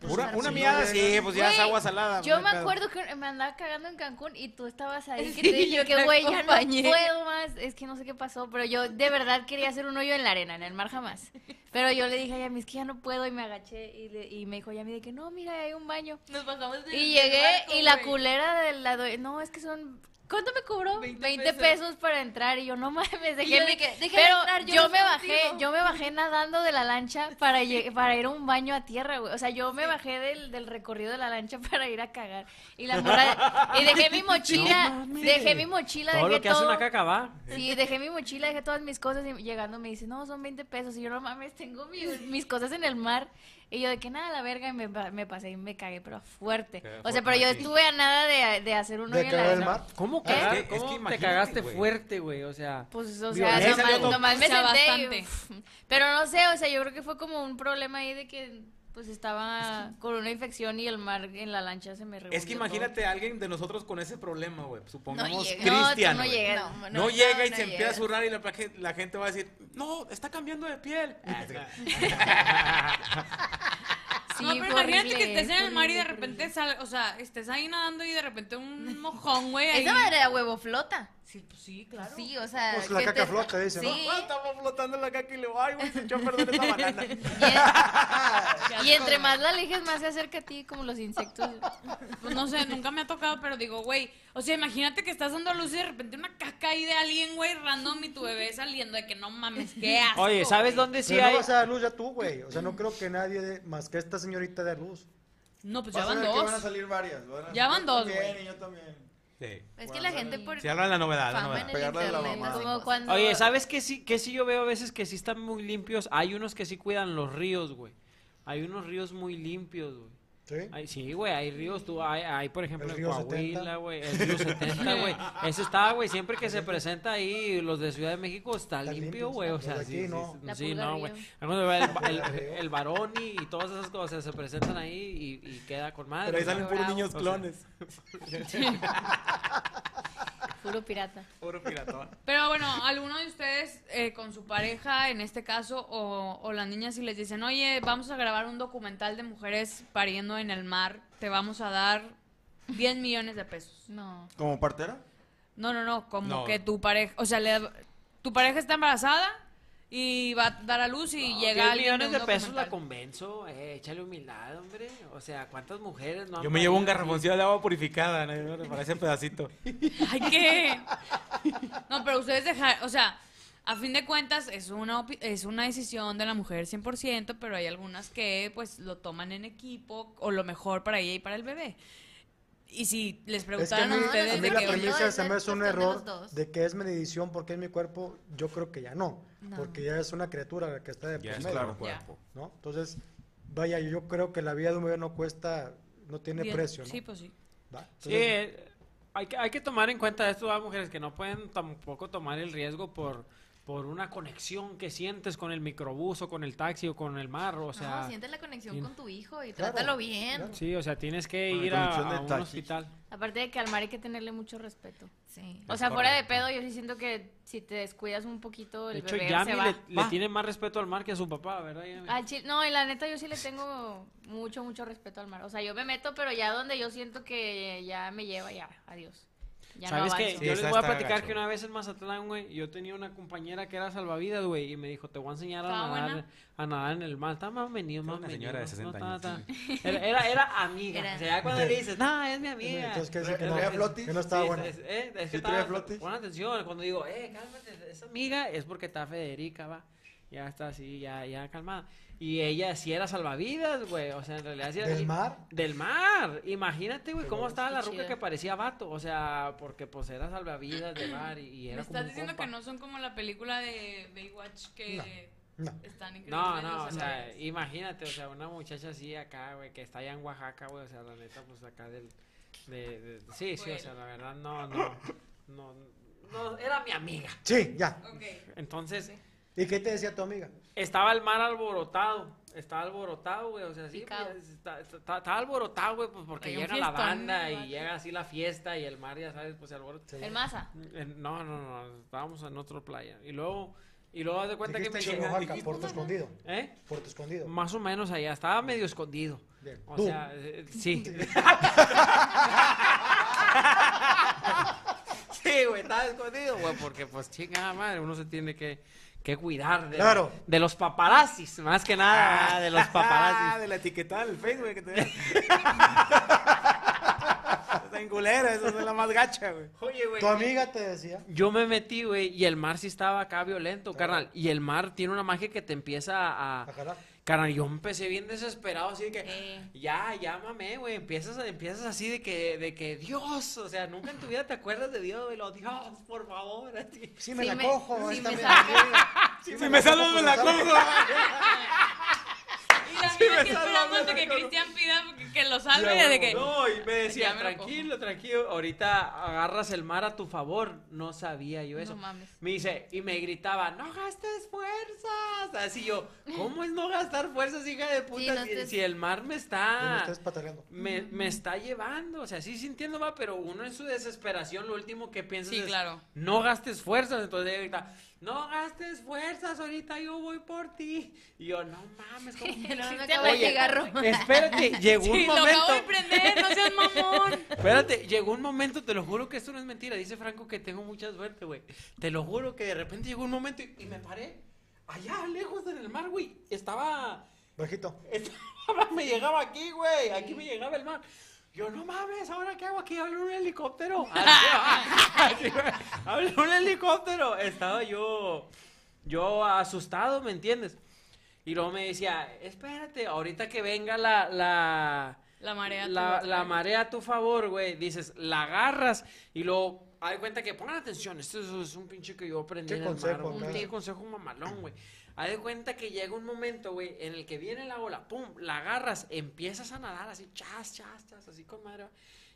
[SPEAKER 4] Pues
[SPEAKER 9] Una, una
[SPEAKER 3] Sí,
[SPEAKER 9] miada,
[SPEAKER 3] güey.
[SPEAKER 9] sí, pues ya es
[SPEAKER 8] Güey,
[SPEAKER 9] agua salada.
[SPEAKER 8] Yo
[SPEAKER 9] no
[SPEAKER 8] me
[SPEAKER 9] hay pedo.
[SPEAKER 8] acuerdo que me andaba cagando en Cancún y tú estabas ahí que
[SPEAKER 7] Sí,
[SPEAKER 8] te dije
[SPEAKER 7] yo
[SPEAKER 8] que
[SPEAKER 7] te
[SPEAKER 8] güey ya no
[SPEAKER 7] acompañé.
[SPEAKER 8] puedo más, es que no sé qué pasó, pero yo de verdad quería hacer un hoyo en la arena, en el mar jamás. Pero yo le dije a Yami, es que ya no puedo y me agaché y, le- y me dijo Yami de que no, mira, hay un baño.
[SPEAKER 7] Nos bajamos del-
[SPEAKER 8] Y
[SPEAKER 7] del
[SPEAKER 8] llegué
[SPEAKER 7] barco,
[SPEAKER 8] y la
[SPEAKER 7] güey.
[SPEAKER 8] culera de la due- no, es que son ¿Cuánto me cobró? 20,
[SPEAKER 7] 20
[SPEAKER 8] pesos. para entrar y yo no mames, dejé
[SPEAKER 7] yo
[SPEAKER 8] mi-
[SPEAKER 7] de que, "Déjame
[SPEAKER 8] pero
[SPEAKER 7] entrar,
[SPEAKER 8] yo,
[SPEAKER 7] yo no
[SPEAKER 8] me
[SPEAKER 7] contigo".
[SPEAKER 8] bajé, yo me bajé nadando de la lancha para lle- para ir a un baño a tierra, güey. O sea, yo me bajé del, del recorrido de la lancha para ir a cagar. Y la morra y dejé mi mochila, dejé mi mochila,
[SPEAKER 5] Todo
[SPEAKER 8] dejé
[SPEAKER 5] lo que hace una caca va.
[SPEAKER 8] Sí, dejé mi mochila, dejé todas mis cosas y llegando me dice, no, son 20 pesos. Y yo, no mames, tengo mis, mis cosas en el mar. Y yo de que nada, la verga, y me, pa- me pasé y me cagué, pero fuerte.
[SPEAKER 9] Pero
[SPEAKER 8] O sea,
[SPEAKER 9] fuerte,
[SPEAKER 8] pero yo
[SPEAKER 9] sí.
[SPEAKER 8] estuve a nada de, de hacer un
[SPEAKER 3] ¿De
[SPEAKER 8] hoyo en
[SPEAKER 3] cagar
[SPEAKER 8] la
[SPEAKER 3] al
[SPEAKER 8] arena.
[SPEAKER 3] mar?
[SPEAKER 5] ¿Cómo,
[SPEAKER 9] Es
[SPEAKER 5] cagar?
[SPEAKER 9] que- es
[SPEAKER 5] ¿Cómo
[SPEAKER 9] que
[SPEAKER 5] te
[SPEAKER 9] imagínate,
[SPEAKER 5] cagaste
[SPEAKER 9] güey.
[SPEAKER 5] fuerte, güey? O sea...
[SPEAKER 8] Pues, o
[SPEAKER 5] Digo,
[SPEAKER 8] sea,
[SPEAKER 5] ahí
[SPEAKER 8] nomás,
[SPEAKER 5] salió todo-
[SPEAKER 8] nomás me
[SPEAKER 4] O sea,
[SPEAKER 8] senté y-
[SPEAKER 4] bastante.
[SPEAKER 8] Pero no sé, o sea, yo creo que fue como un problema ahí de que Pues estaba con una infección y el mar en la lancha se me revolvió.
[SPEAKER 9] Es que imagínate a alguien de nosotros con ese problema, güey. Supongamos
[SPEAKER 7] llega.
[SPEAKER 8] No, tú
[SPEAKER 9] Cristian.
[SPEAKER 8] no
[SPEAKER 9] güey.
[SPEAKER 8] llegas.
[SPEAKER 9] No,
[SPEAKER 7] no,
[SPEAKER 9] llega
[SPEAKER 7] no,
[SPEAKER 9] y
[SPEAKER 7] no
[SPEAKER 9] se empieza a
[SPEAKER 7] llegas.
[SPEAKER 9] zurrar y la, plaque- la gente va a decir, no, está cambiando de piel. Ah, sí.
[SPEAKER 8] Sí,
[SPEAKER 4] no,
[SPEAKER 8] fue
[SPEAKER 4] Ah, pero imagínate
[SPEAKER 8] horrible,
[SPEAKER 4] que estés en el
[SPEAKER 8] horrible,
[SPEAKER 4] mar y de
[SPEAKER 8] horrible.
[SPEAKER 4] repente sal, o sea, estés ahí nadando y de repente un mojón, güey. ahí.
[SPEAKER 7] Esa madre de huevo flota.
[SPEAKER 4] Sí, pues sí, claro.
[SPEAKER 7] Sí, o sea.
[SPEAKER 3] Pues la
[SPEAKER 7] que
[SPEAKER 3] caca flota, dice, ¿no?
[SPEAKER 7] Sí.
[SPEAKER 9] Ah, estaba flotando la caca y le ay, güey, se echó a perder esa banana.
[SPEAKER 8] Y, en- y entre más la alejes, más se acerca a ti, como los insectos.
[SPEAKER 4] Pues no sé, nunca me ha tocado, pero digo, güey, o sea, imagínate que estás dando a luz y de repente una caca ahí de alguien, güey, random y tu bebé saliendo de que no mames, qué asco.
[SPEAKER 5] Oye, ¿sabes
[SPEAKER 4] güey.
[SPEAKER 5] dónde sí
[SPEAKER 3] Pero no
[SPEAKER 5] hay?
[SPEAKER 3] vas a dar luz ya tú, güey. O sea, no creo que nadie de- más que esta señorita de luz.
[SPEAKER 4] No, pues
[SPEAKER 6] Vas
[SPEAKER 4] ya
[SPEAKER 6] a
[SPEAKER 4] van
[SPEAKER 6] ver que van a
[SPEAKER 4] dos.
[SPEAKER 6] salir varias. van a-
[SPEAKER 4] Ya van dos,
[SPEAKER 6] Yo
[SPEAKER 4] güey.
[SPEAKER 6] también, yo también.
[SPEAKER 9] Sí.
[SPEAKER 7] Es que la gente por
[SPEAKER 9] Sí, hablan la novedad, la
[SPEAKER 7] fama
[SPEAKER 9] novedad.
[SPEAKER 7] en el
[SPEAKER 6] Pegarle a la
[SPEAKER 7] internet.
[SPEAKER 6] mamá.
[SPEAKER 7] hace
[SPEAKER 8] Como
[SPEAKER 7] cosas.
[SPEAKER 8] cuando.
[SPEAKER 5] Oye, ¿sabes qué sí, qué sí yo veo a veces que sí están muy limpios? Hay unos que sí cuidan los ríos, güey. Hay unos ríos muy limpios, güey.
[SPEAKER 3] ¿Sí?
[SPEAKER 5] Ay, sí, güey, hay ríos, tú, hay, hay, por ejemplo
[SPEAKER 3] El
[SPEAKER 5] en
[SPEAKER 3] río
[SPEAKER 5] Coahuila,
[SPEAKER 3] 70.
[SPEAKER 5] güey, el río 70, güey, eso está, güey, siempre que se presenta ahí, los de Ciudad de México, está,
[SPEAKER 3] Está
[SPEAKER 5] limpio,
[SPEAKER 3] limpio,
[SPEAKER 5] güey, o
[SPEAKER 3] los de
[SPEAKER 5] sea,
[SPEAKER 3] aquí
[SPEAKER 5] sí,
[SPEAKER 3] no.
[SPEAKER 5] sí,
[SPEAKER 8] La
[SPEAKER 5] sí,
[SPEAKER 8] pulga
[SPEAKER 5] no,
[SPEAKER 8] río.
[SPEAKER 5] güey, Algunos va el, el, el Baroni y todas esas cosas se presentan ahí y, y queda con madre,
[SPEAKER 9] Pero ahí
[SPEAKER 5] o sea,
[SPEAKER 9] salen puros
[SPEAKER 8] bravo.
[SPEAKER 9] niños clones.
[SPEAKER 8] Puro pirata.
[SPEAKER 9] Puro piratón.
[SPEAKER 4] Pero bueno, alguno de ustedes eh, con su pareja, en este caso, o, o las niñas, si les dicen, oye, vamos a grabar un documental de mujeres pariendo en el mar, te vamos a dar 10 millones de pesos.
[SPEAKER 8] No.
[SPEAKER 6] ¿Como partera?
[SPEAKER 4] No, no, no, como
[SPEAKER 9] No.
[SPEAKER 4] que tu pareja, o sea, le- tu pareja está embarazada y va a dar a luz y llega
[SPEAKER 5] 10
[SPEAKER 4] alguien
[SPEAKER 5] millones de,
[SPEAKER 4] un
[SPEAKER 5] pesos la
[SPEAKER 4] documental.
[SPEAKER 5] convenzo, eh, échale humildad, hombre, o sea, ¿cuántas mujeres no han
[SPEAKER 9] Yo me llevo un
[SPEAKER 5] parido así?
[SPEAKER 9] garrafoncillo de agua purificada, ¿no? Para ese pedacito.
[SPEAKER 4] Ay, ¿qué? No, pero ustedes dejar, o sea, a fin de cuentas es una opi- es una decisión de la mujer 100%, pero hay algunas que pues lo toman en equipo o lo mejor para ella y para el bebé. Y si les preguntaran
[SPEAKER 3] es
[SPEAKER 4] a,
[SPEAKER 3] que a mí,
[SPEAKER 4] ustedes
[SPEAKER 3] a mí
[SPEAKER 4] de
[SPEAKER 3] la
[SPEAKER 4] que,
[SPEAKER 7] oye,
[SPEAKER 3] premisa se me
[SPEAKER 7] es
[SPEAKER 3] hace un
[SPEAKER 7] cuestión de los
[SPEAKER 3] error
[SPEAKER 7] dos.
[SPEAKER 3] de que es mi decisión porque es mi cuerpo, yo creo que ya no,
[SPEAKER 7] No.
[SPEAKER 3] porque ya es una criatura la que está de por
[SPEAKER 9] Ya es
[SPEAKER 3] medio,
[SPEAKER 9] claro,
[SPEAKER 4] Ya.
[SPEAKER 9] cuerpo.
[SPEAKER 3] ¿no? Entonces, vaya, yo creo que la vida de un bebé no cuesta, no tiene
[SPEAKER 4] bien,
[SPEAKER 3] precio, ¿no?
[SPEAKER 4] Sí, pues sí.
[SPEAKER 3] ¿Va?
[SPEAKER 5] Sí,
[SPEAKER 3] Entonces,
[SPEAKER 5] eh, hay que, hay que tomar en cuenta esto, a mujeres que no pueden tampoco tomar el riesgo por, por una conexión que sientes con el microbús o con el taxi o con el mar, o sea,
[SPEAKER 7] no, siente la conexión
[SPEAKER 5] bien.
[SPEAKER 7] con tu hijo y
[SPEAKER 3] Claro,
[SPEAKER 7] trátalo bien.
[SPEAKER 3] claro.
[SPEAKER 5] sí, o sea, tienes que
[SPEAKER 6] Con la
[SPEAKER 5] ir a,
[SPEAKER 6] conexión de
[SPEAKER 5] a un
[SPEAKER 6] taxis.
[SPEAKER 5] hospital.
[SPEAKER 8] Aparte de que al mar hay que tenerle mucho respeto.
[SPEAKER 7] Sí.
[SPEAKER 8] O
[SPEAKER 9] Es
[SPEAKER 8] sea, fuera de
[SPEAKER 9] correcto.
[SPEAKER 8] pedo, yo sí siento que si te descuidas un poquito, Pues el
[SPEAKER 5] De hecho,
[SPEAKER 8] bebé
[SPEAKER 5] Yami
[SPEAKER 8] se va.
[SPEAKER 5] le,
[SPEAKER 6] Ah.
[SPEAKER 5] le tiene más respeto al mar que a su papá, ¿verdad? Yami?
[SPEAKER 8] Al chi- no, y la neta yo sí le tengo mucho, mucho respeto al mar. O sea, yo me meto, pero ya donde yo siento que ya me lleva, ya, adiós. Ya no
[SPEAKER 5] ¿Sabes qué?
[SPEAKER 8] avanzo.
[SPEAKER 9] Sí,
[SPEAKER 5] Yo
[SPEAKER 9] esa
[SPEAKER 5] les voy a
[SPEAKER 9] está
[SPEAKER 5] platicar
[SPEAKER 9] gacho.
[SPEAKER 5] que una vez en Mazatlán, güey, yo tenía una compañera que era salvavidas, güey, y me dijo, te voy a enseñar a
[SPEAKER 4] ¿Estaba
[SPEAKER 5] nadar,
[SPEAKER 4] buena?
[SPEAKER 5] a nadar en el mar. Estaba más venido,
[SPEAKER 9] Era
[SPEAKER 5] más
[SPEAKER 9] una
[SPEAKER 5] venido.
[SPEAKER 9] señora de
[SPEAKER 5] no-
[SPEAKER 9] 60
[SPEAKER 5] no estaba
[SPEAKER 9] años.
[SPEAKER 5] tan- Era, era- era amiga.
[SPEAKER 7] Era-
[SPEAKER 5] O sea, ya cuando le dices, no, es mi amiga.
[SPEAKER 3] Entonces, ¿qué dice que
[SPEAKER 6] ¿Le-
[SPEAKER 3] no?
[SPEAKER 6] le da flotis?
[SPEAKER 3] Que no estaba
[SPEAKER 5] Sí,
[SPEAKER 3] bueno.
[SPEAKER 5] Es, eh, es que
[SPEAKER 6] ¿Sí
[SPEAKER 5] estaba
[SPEAKER 6] traía flotis?
[SPEAKER 5] Pon atención, cuando digo, eh, cálmate, esa amiga es porque está Federica, va. Ya está así, ya, ya calmada. Y ella sí era salvavidas, güey. O sea, en realidad sí era.
[SPEAKER 3] ¿Del
[SPEAKER 5] y-
[SPEAKER 3] mar?
[SPEAKER 5] Del mar. Imagínate, güey, cómo estaba la
[SPEAKER 8] Qué
[SPEAKER 5] ruca
[SPEAKER 8] chido.
[SPEAKER 5] que parecía vato. O sea, porque pues era salvavidas de mar y, y
[SPEAKER 4] Me
[SPEAKER 5] era como.
[SPEAKER 4] estás
[SPEAKER 5] un
[SPEAKER 4] diciendo
[SPEAKER 5] compa.
[SPEAKER 4] que no son como la película de Baywatch que
[SPEAKER 3] No.
[SPEAKER 4] están increíbles.
[SPEAKER 5] No, no,
[SPEAKER 4] los
[SPEAKER 5] o sea,
[SPEAKER 4] actores.
[SPEAKER 5] imagínate, o sea, una muchacha así acá, güey, que está allá en Oaxaca, güey, o sea, la neta, pues acá del... De, de- sí, sí, o sea, la verdad, no, no, no, no, era mi amiga.
[SPEAKER 3] Sí, ya.
[SPEAKER 4] Ok.
[SPEAKER 5] Entonces,
[SPEAKER 3] ¿Y qué te decía tu amiga?
[SPEAKER 5] estaba el mar alborotado. Estaba alborotado, güey. O sea, sí,
[SPEAKER 8] Picado.
[SPEAKER 5] pues, está, está- está- estaba alborotado, güey, pues porque
[SPEAKER 4] Hay un
[SPEAKER 5] llega la
[SPEAKER 4] fiestón,
[SPEAKER 5] banda
[SPEAKER 4] ¿no?
[SPEAKER 5] y llega así la fiesta y el mar, ya sabes, pues se alborota.
[SPEAKER 8] El masa.
[SPEAKER 5] Eh, No, no, no, estábamos en otra playa. Y luego, y luego haz de cuenta que me
[SPEAKER 3] Dijiste
[SPEAKER 5] llega-
[SPEAKER 3] Oaxaca, Puerto Escondido.
[SPEAKER 5] ¿Eh?
[SPEAKER 3] Puerto Escondido.
[SPEAKER 5] Más o menos allá, estaba medio escondido.
[SPEAKER 3] Bien.
[SPEAKER 5] O
[SPEAKER 3] Tú.
[SPEAKER 5] sea, eh, sí. sí, güey, estaba escondido, güey, porque pues chingada madre, uno se tiene que, que cuidar de,
[SPEAKER 3] Claro.
[SPEAKER 5] de los paparazzis, más que nada, de los
[SPEAKER 9] Ah,
[SPEAKER 5] paparazzis.
[SPEAKER 9] de la etiquetada del Facebook que te Está en culera, esa es la más gacha, güey.
[SPEAKER 5] Oye, güey.
[SPEAKER 3] Tu amiga te decía.
[SPEAKER 5] Yo me metí, güey, y el mar sí estaba acá violento, carnal. Y el mar tiene una magia que te empieza a,
[SPEAKER 3] A jalar.
[SPEAKER 5] Carnal, yo empecé bien desesperado, así de que ya, ya mamé, güey. Empiezas, empiezas así de que, de que Dios, o sea, nunca en tu vida te acuerdas de Dios, güey. Lo Dios, por favor, así.
[SPEAKER 3] Sí, me
[SPEAKER 7] Sí
[SPEAKER 3] la
[SPEAKER 7] me-
[SPEAKER 3] cojo.
[SPEAKER 7] sí
[SPEAKER 3] esta
[SPEAKER 7] me
[SPEAKER 3] me
[SPEAKER 7] sale.
[SPEAKER 3] la-
[SPEAKER 9] Si me saludas, me la cojo.
[SPEAKER 4] Y la tienes que esperamos de que Cristian pida que- que lo salve
[SPEAKER 5] Ya,
[SPEAKER 4] de
[SPEAKER 5] huevo.
[SPEAKER 4] que.
[SPEAKER 5] No, y me decía,
[SPEAKER 4] Ya me lo cojo.
[SPEAKER 5] tranquilo, tranquilo, ahorita agarras el mar a tu favor. No sabía yo eso.
[SPEAKER 4] No mames.
[SPEAKER 5] Me dice, y me gritaba, no gastes fuerzas. Así yo, ¿cómo es no gastar fuerzas, hija de puta?
[SPEAKER 7] no
[SPEAKER 5] si,
[SPEAKER 7] estés-
[SPEAKER 5] si el mar me está...
[SPEAKER 3] Pues estás pataleando.
[SPEAKER 5] Me, me está llevando, o sea, sí sintiendo va, pero uno en su desesperación lo último que piensa
[SPEAKER 4] Sí,
[SPEAKER 5] es
[SPEAKER 4] claro.
[SPEAKER 5] no gastes fuerzas, entonces ella grita, no gastes fuerzas, ahorita yo voy por ti. Y yo, no mames, ¿cómo
[SPEAKER 7] Pero no me
[SPEAKER 8] Cristian,
[SPEAKER 7] acabo el
[SPEAKER 5] oye,
[SPEAKER 7] cigarro.
[SPEAKER 5] Espérate, llegó un
[SPEAKER 4] Sí, lo
[SPEAKER 5] momento.
[SPEAKER 4] acabo de prender, no seas mamón.
[SPEAKER 5] Espérate, llegó un momento, te lo juro que esto no es mentira. Dice Franco que tengo mucha suerte, güey. Te lo juro que de repente llegó un momento y, y me paré. Allá, lejos en el mar, güey. Estaba.
[SPEAKER 3] Bajito.
[SPEAKER 5] estaba- Este, me llegaba aquí, güey. Aquí me llegaba el mar. Yo, no mames, ¿ahora qué hago aquí? ¿Hablo un helicóptero? Así, güey. Hablo un helicóptero. Estaba yo. Yo asustado, ¿me entiendes? Y luego me decía, espérate, ahorita que venga la- la
[SPEAKER 4] La marea. te va a ¿eh?
[SPEAKER 5] la, la
[SPEAKER 4] traer.
[SPEAKER 5] marea a tu favor, güey. Dices, la agarras y luego hay cuenta que pongan atención. Esto es, es un pinche que yo
[SPEAKER 3] ¿Qué
[SPEAKER 5] aprendí en el mar,
[SPEAKER 3] consejo,
[SPEAKER 5] güey.
[SPEAKER 3] acá?
[SPEAKER 5] Un pinche consejo mamalón, güey. Haz de cuenta que llega un momento, güey, en el que viene la ola, pum, la agarras, empiezas a nadar así, chas, chas, chas, así con madre.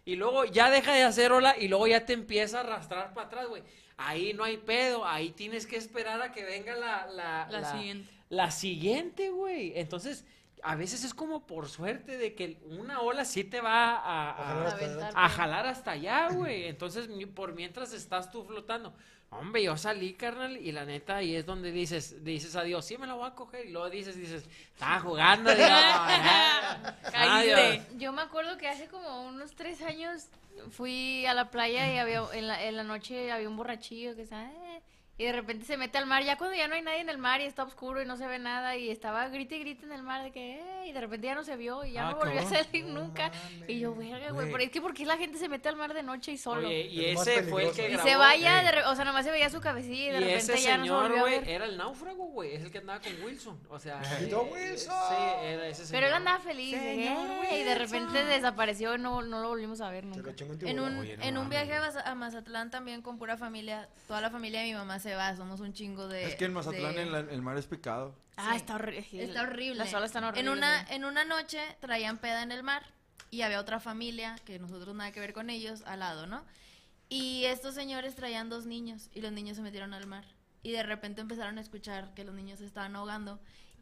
[SPEAKER 5] Y luego ya deja de hacer ola y luego ya te empieza a arrastrar para atrás, güey. Ahí no hay pedo, ahí tienes que esperar a que venga la, la,
[SPEAKER 4] La siguiente.
[SPEAKER 5] la siguiente, güey. Entonces, a veces es como por suerte de que una ola sí te va a, a-
[SPEAKER 3] Ojalá hasta-
[SPEAKER 8] aventar.
[SPEAKER 5] a jalar hasta allá, güey. Entonces, mi- por mientras estás tú flotando. Hombre, yo salí, carnal, y la neta, ahí es donde dices, dices adiós, sí me la voy a coger. Y luego dices, dices, estaba jugando, digo, "Ah,
[SPEAKER 4] Caíste.
[SPEAKER 5] adiós".
[SPEAKER 8] Yo me acuerdo que hace como unos tres años fui a la playa y había en la, en la noche había un borrachillo que estaba... "Eh", Y de repente se mete al mar, ya cuando ya no hay nadie en el mar y está oscuro y no se ve nada y estaba grita y grita en el mar de que, "Eh", y de repente ya no se vio y ya
[SPEAKER 5] Ah,
[SPEAKER 8] no volvió a
[SPEAKER 5] cabrón.
[SPEAKER 8] salir nunca. Y yo, verga, güey,
[SPEAKER 5] Güey.
[SPEAKER 8] pero es que ¿por qué la gente se mete al mar de noche y solo?
[SPEAKER 5] Oye, y
[SPEAKER 3] Es lo más
[SPEAKER 5] ese fue el
[SPEAKER 3] peligroso.
[SPEAKER 5] que
[SPEAKER 3] Y
[SPEAKER 8] y
[SPEAKER 5] grabó.
[SPEAKER 8] se vaya,
[SPEAKER 5] eh,
[SPEAKER 8] de re- o sea, nomás se veía su cabecilla y de
[SPEAKER 5] y
[SPEAKER 8] repente
[SPEAKER 5] ese
[SPEAKER 8] ya no se
[SPEAKER 5] señor,
[SPEAKER 8] volvió a
[SPEAKER 5] güey,
[SPEAKER 8] ver.
[SPEAKER 5] era el náufrago, güey. Es el que andaba con Wilson. O sea,
[SPEAKER 3] Sí.
[SPEAKER 5] eh,
[SPEAKER 3] ¡Don Wilson!
[SPEAKER 5] Sí, era ese
[SPEAKER 8] Pero él
[SPEAKER 5] señor.
[SPEAKER 8] andaba feliz, de que,
[SPEAKER 5] Señor
[SPEAKER 8] "Eh", y de repente
[SPEAKER 5] Wilson.
[SPEAKER 8] desapareció y no, no lo volvimos a ver
[SPEAKER 3] Se lo
[SPEAKER 8] nunca.
[SPEAKER 3] chingó un
[SPEAKER 7] En
[SPEAKER 3] tiburón.
[SPEAKER 7] un,
[SPEAKER 9] Oye, no
[SPEAKER 7] en un
[SPEAKER 9] mames.
[SPEAKER 7] viaje a Maza- a Mazatlán también con pura familia, toda la familia de mi mamá se va, somos un chingo de...
[SPEAKER 6] Es que en Mazatlán
[SPEAKER 7] de-
[SPEAKER 6] el, el mar es picado.
[SPEAKER 8] Ah,
[SPEAKER 7] Sí.
[SPEAKER 8] está horrible.
[SPEAKER 7] Está horrible.
[SPEAKER 8] Las olas están horribles.
[SPEAKER 7] En una, en una noche traían peda en el mar y había otra familia, que nosotros nada que ver con ellos, al lado, ¿no? Y estos señores traían dos niños y los niños se metieron al mar. Y de repente empezaron a escuchar que los niños se estaban ahogando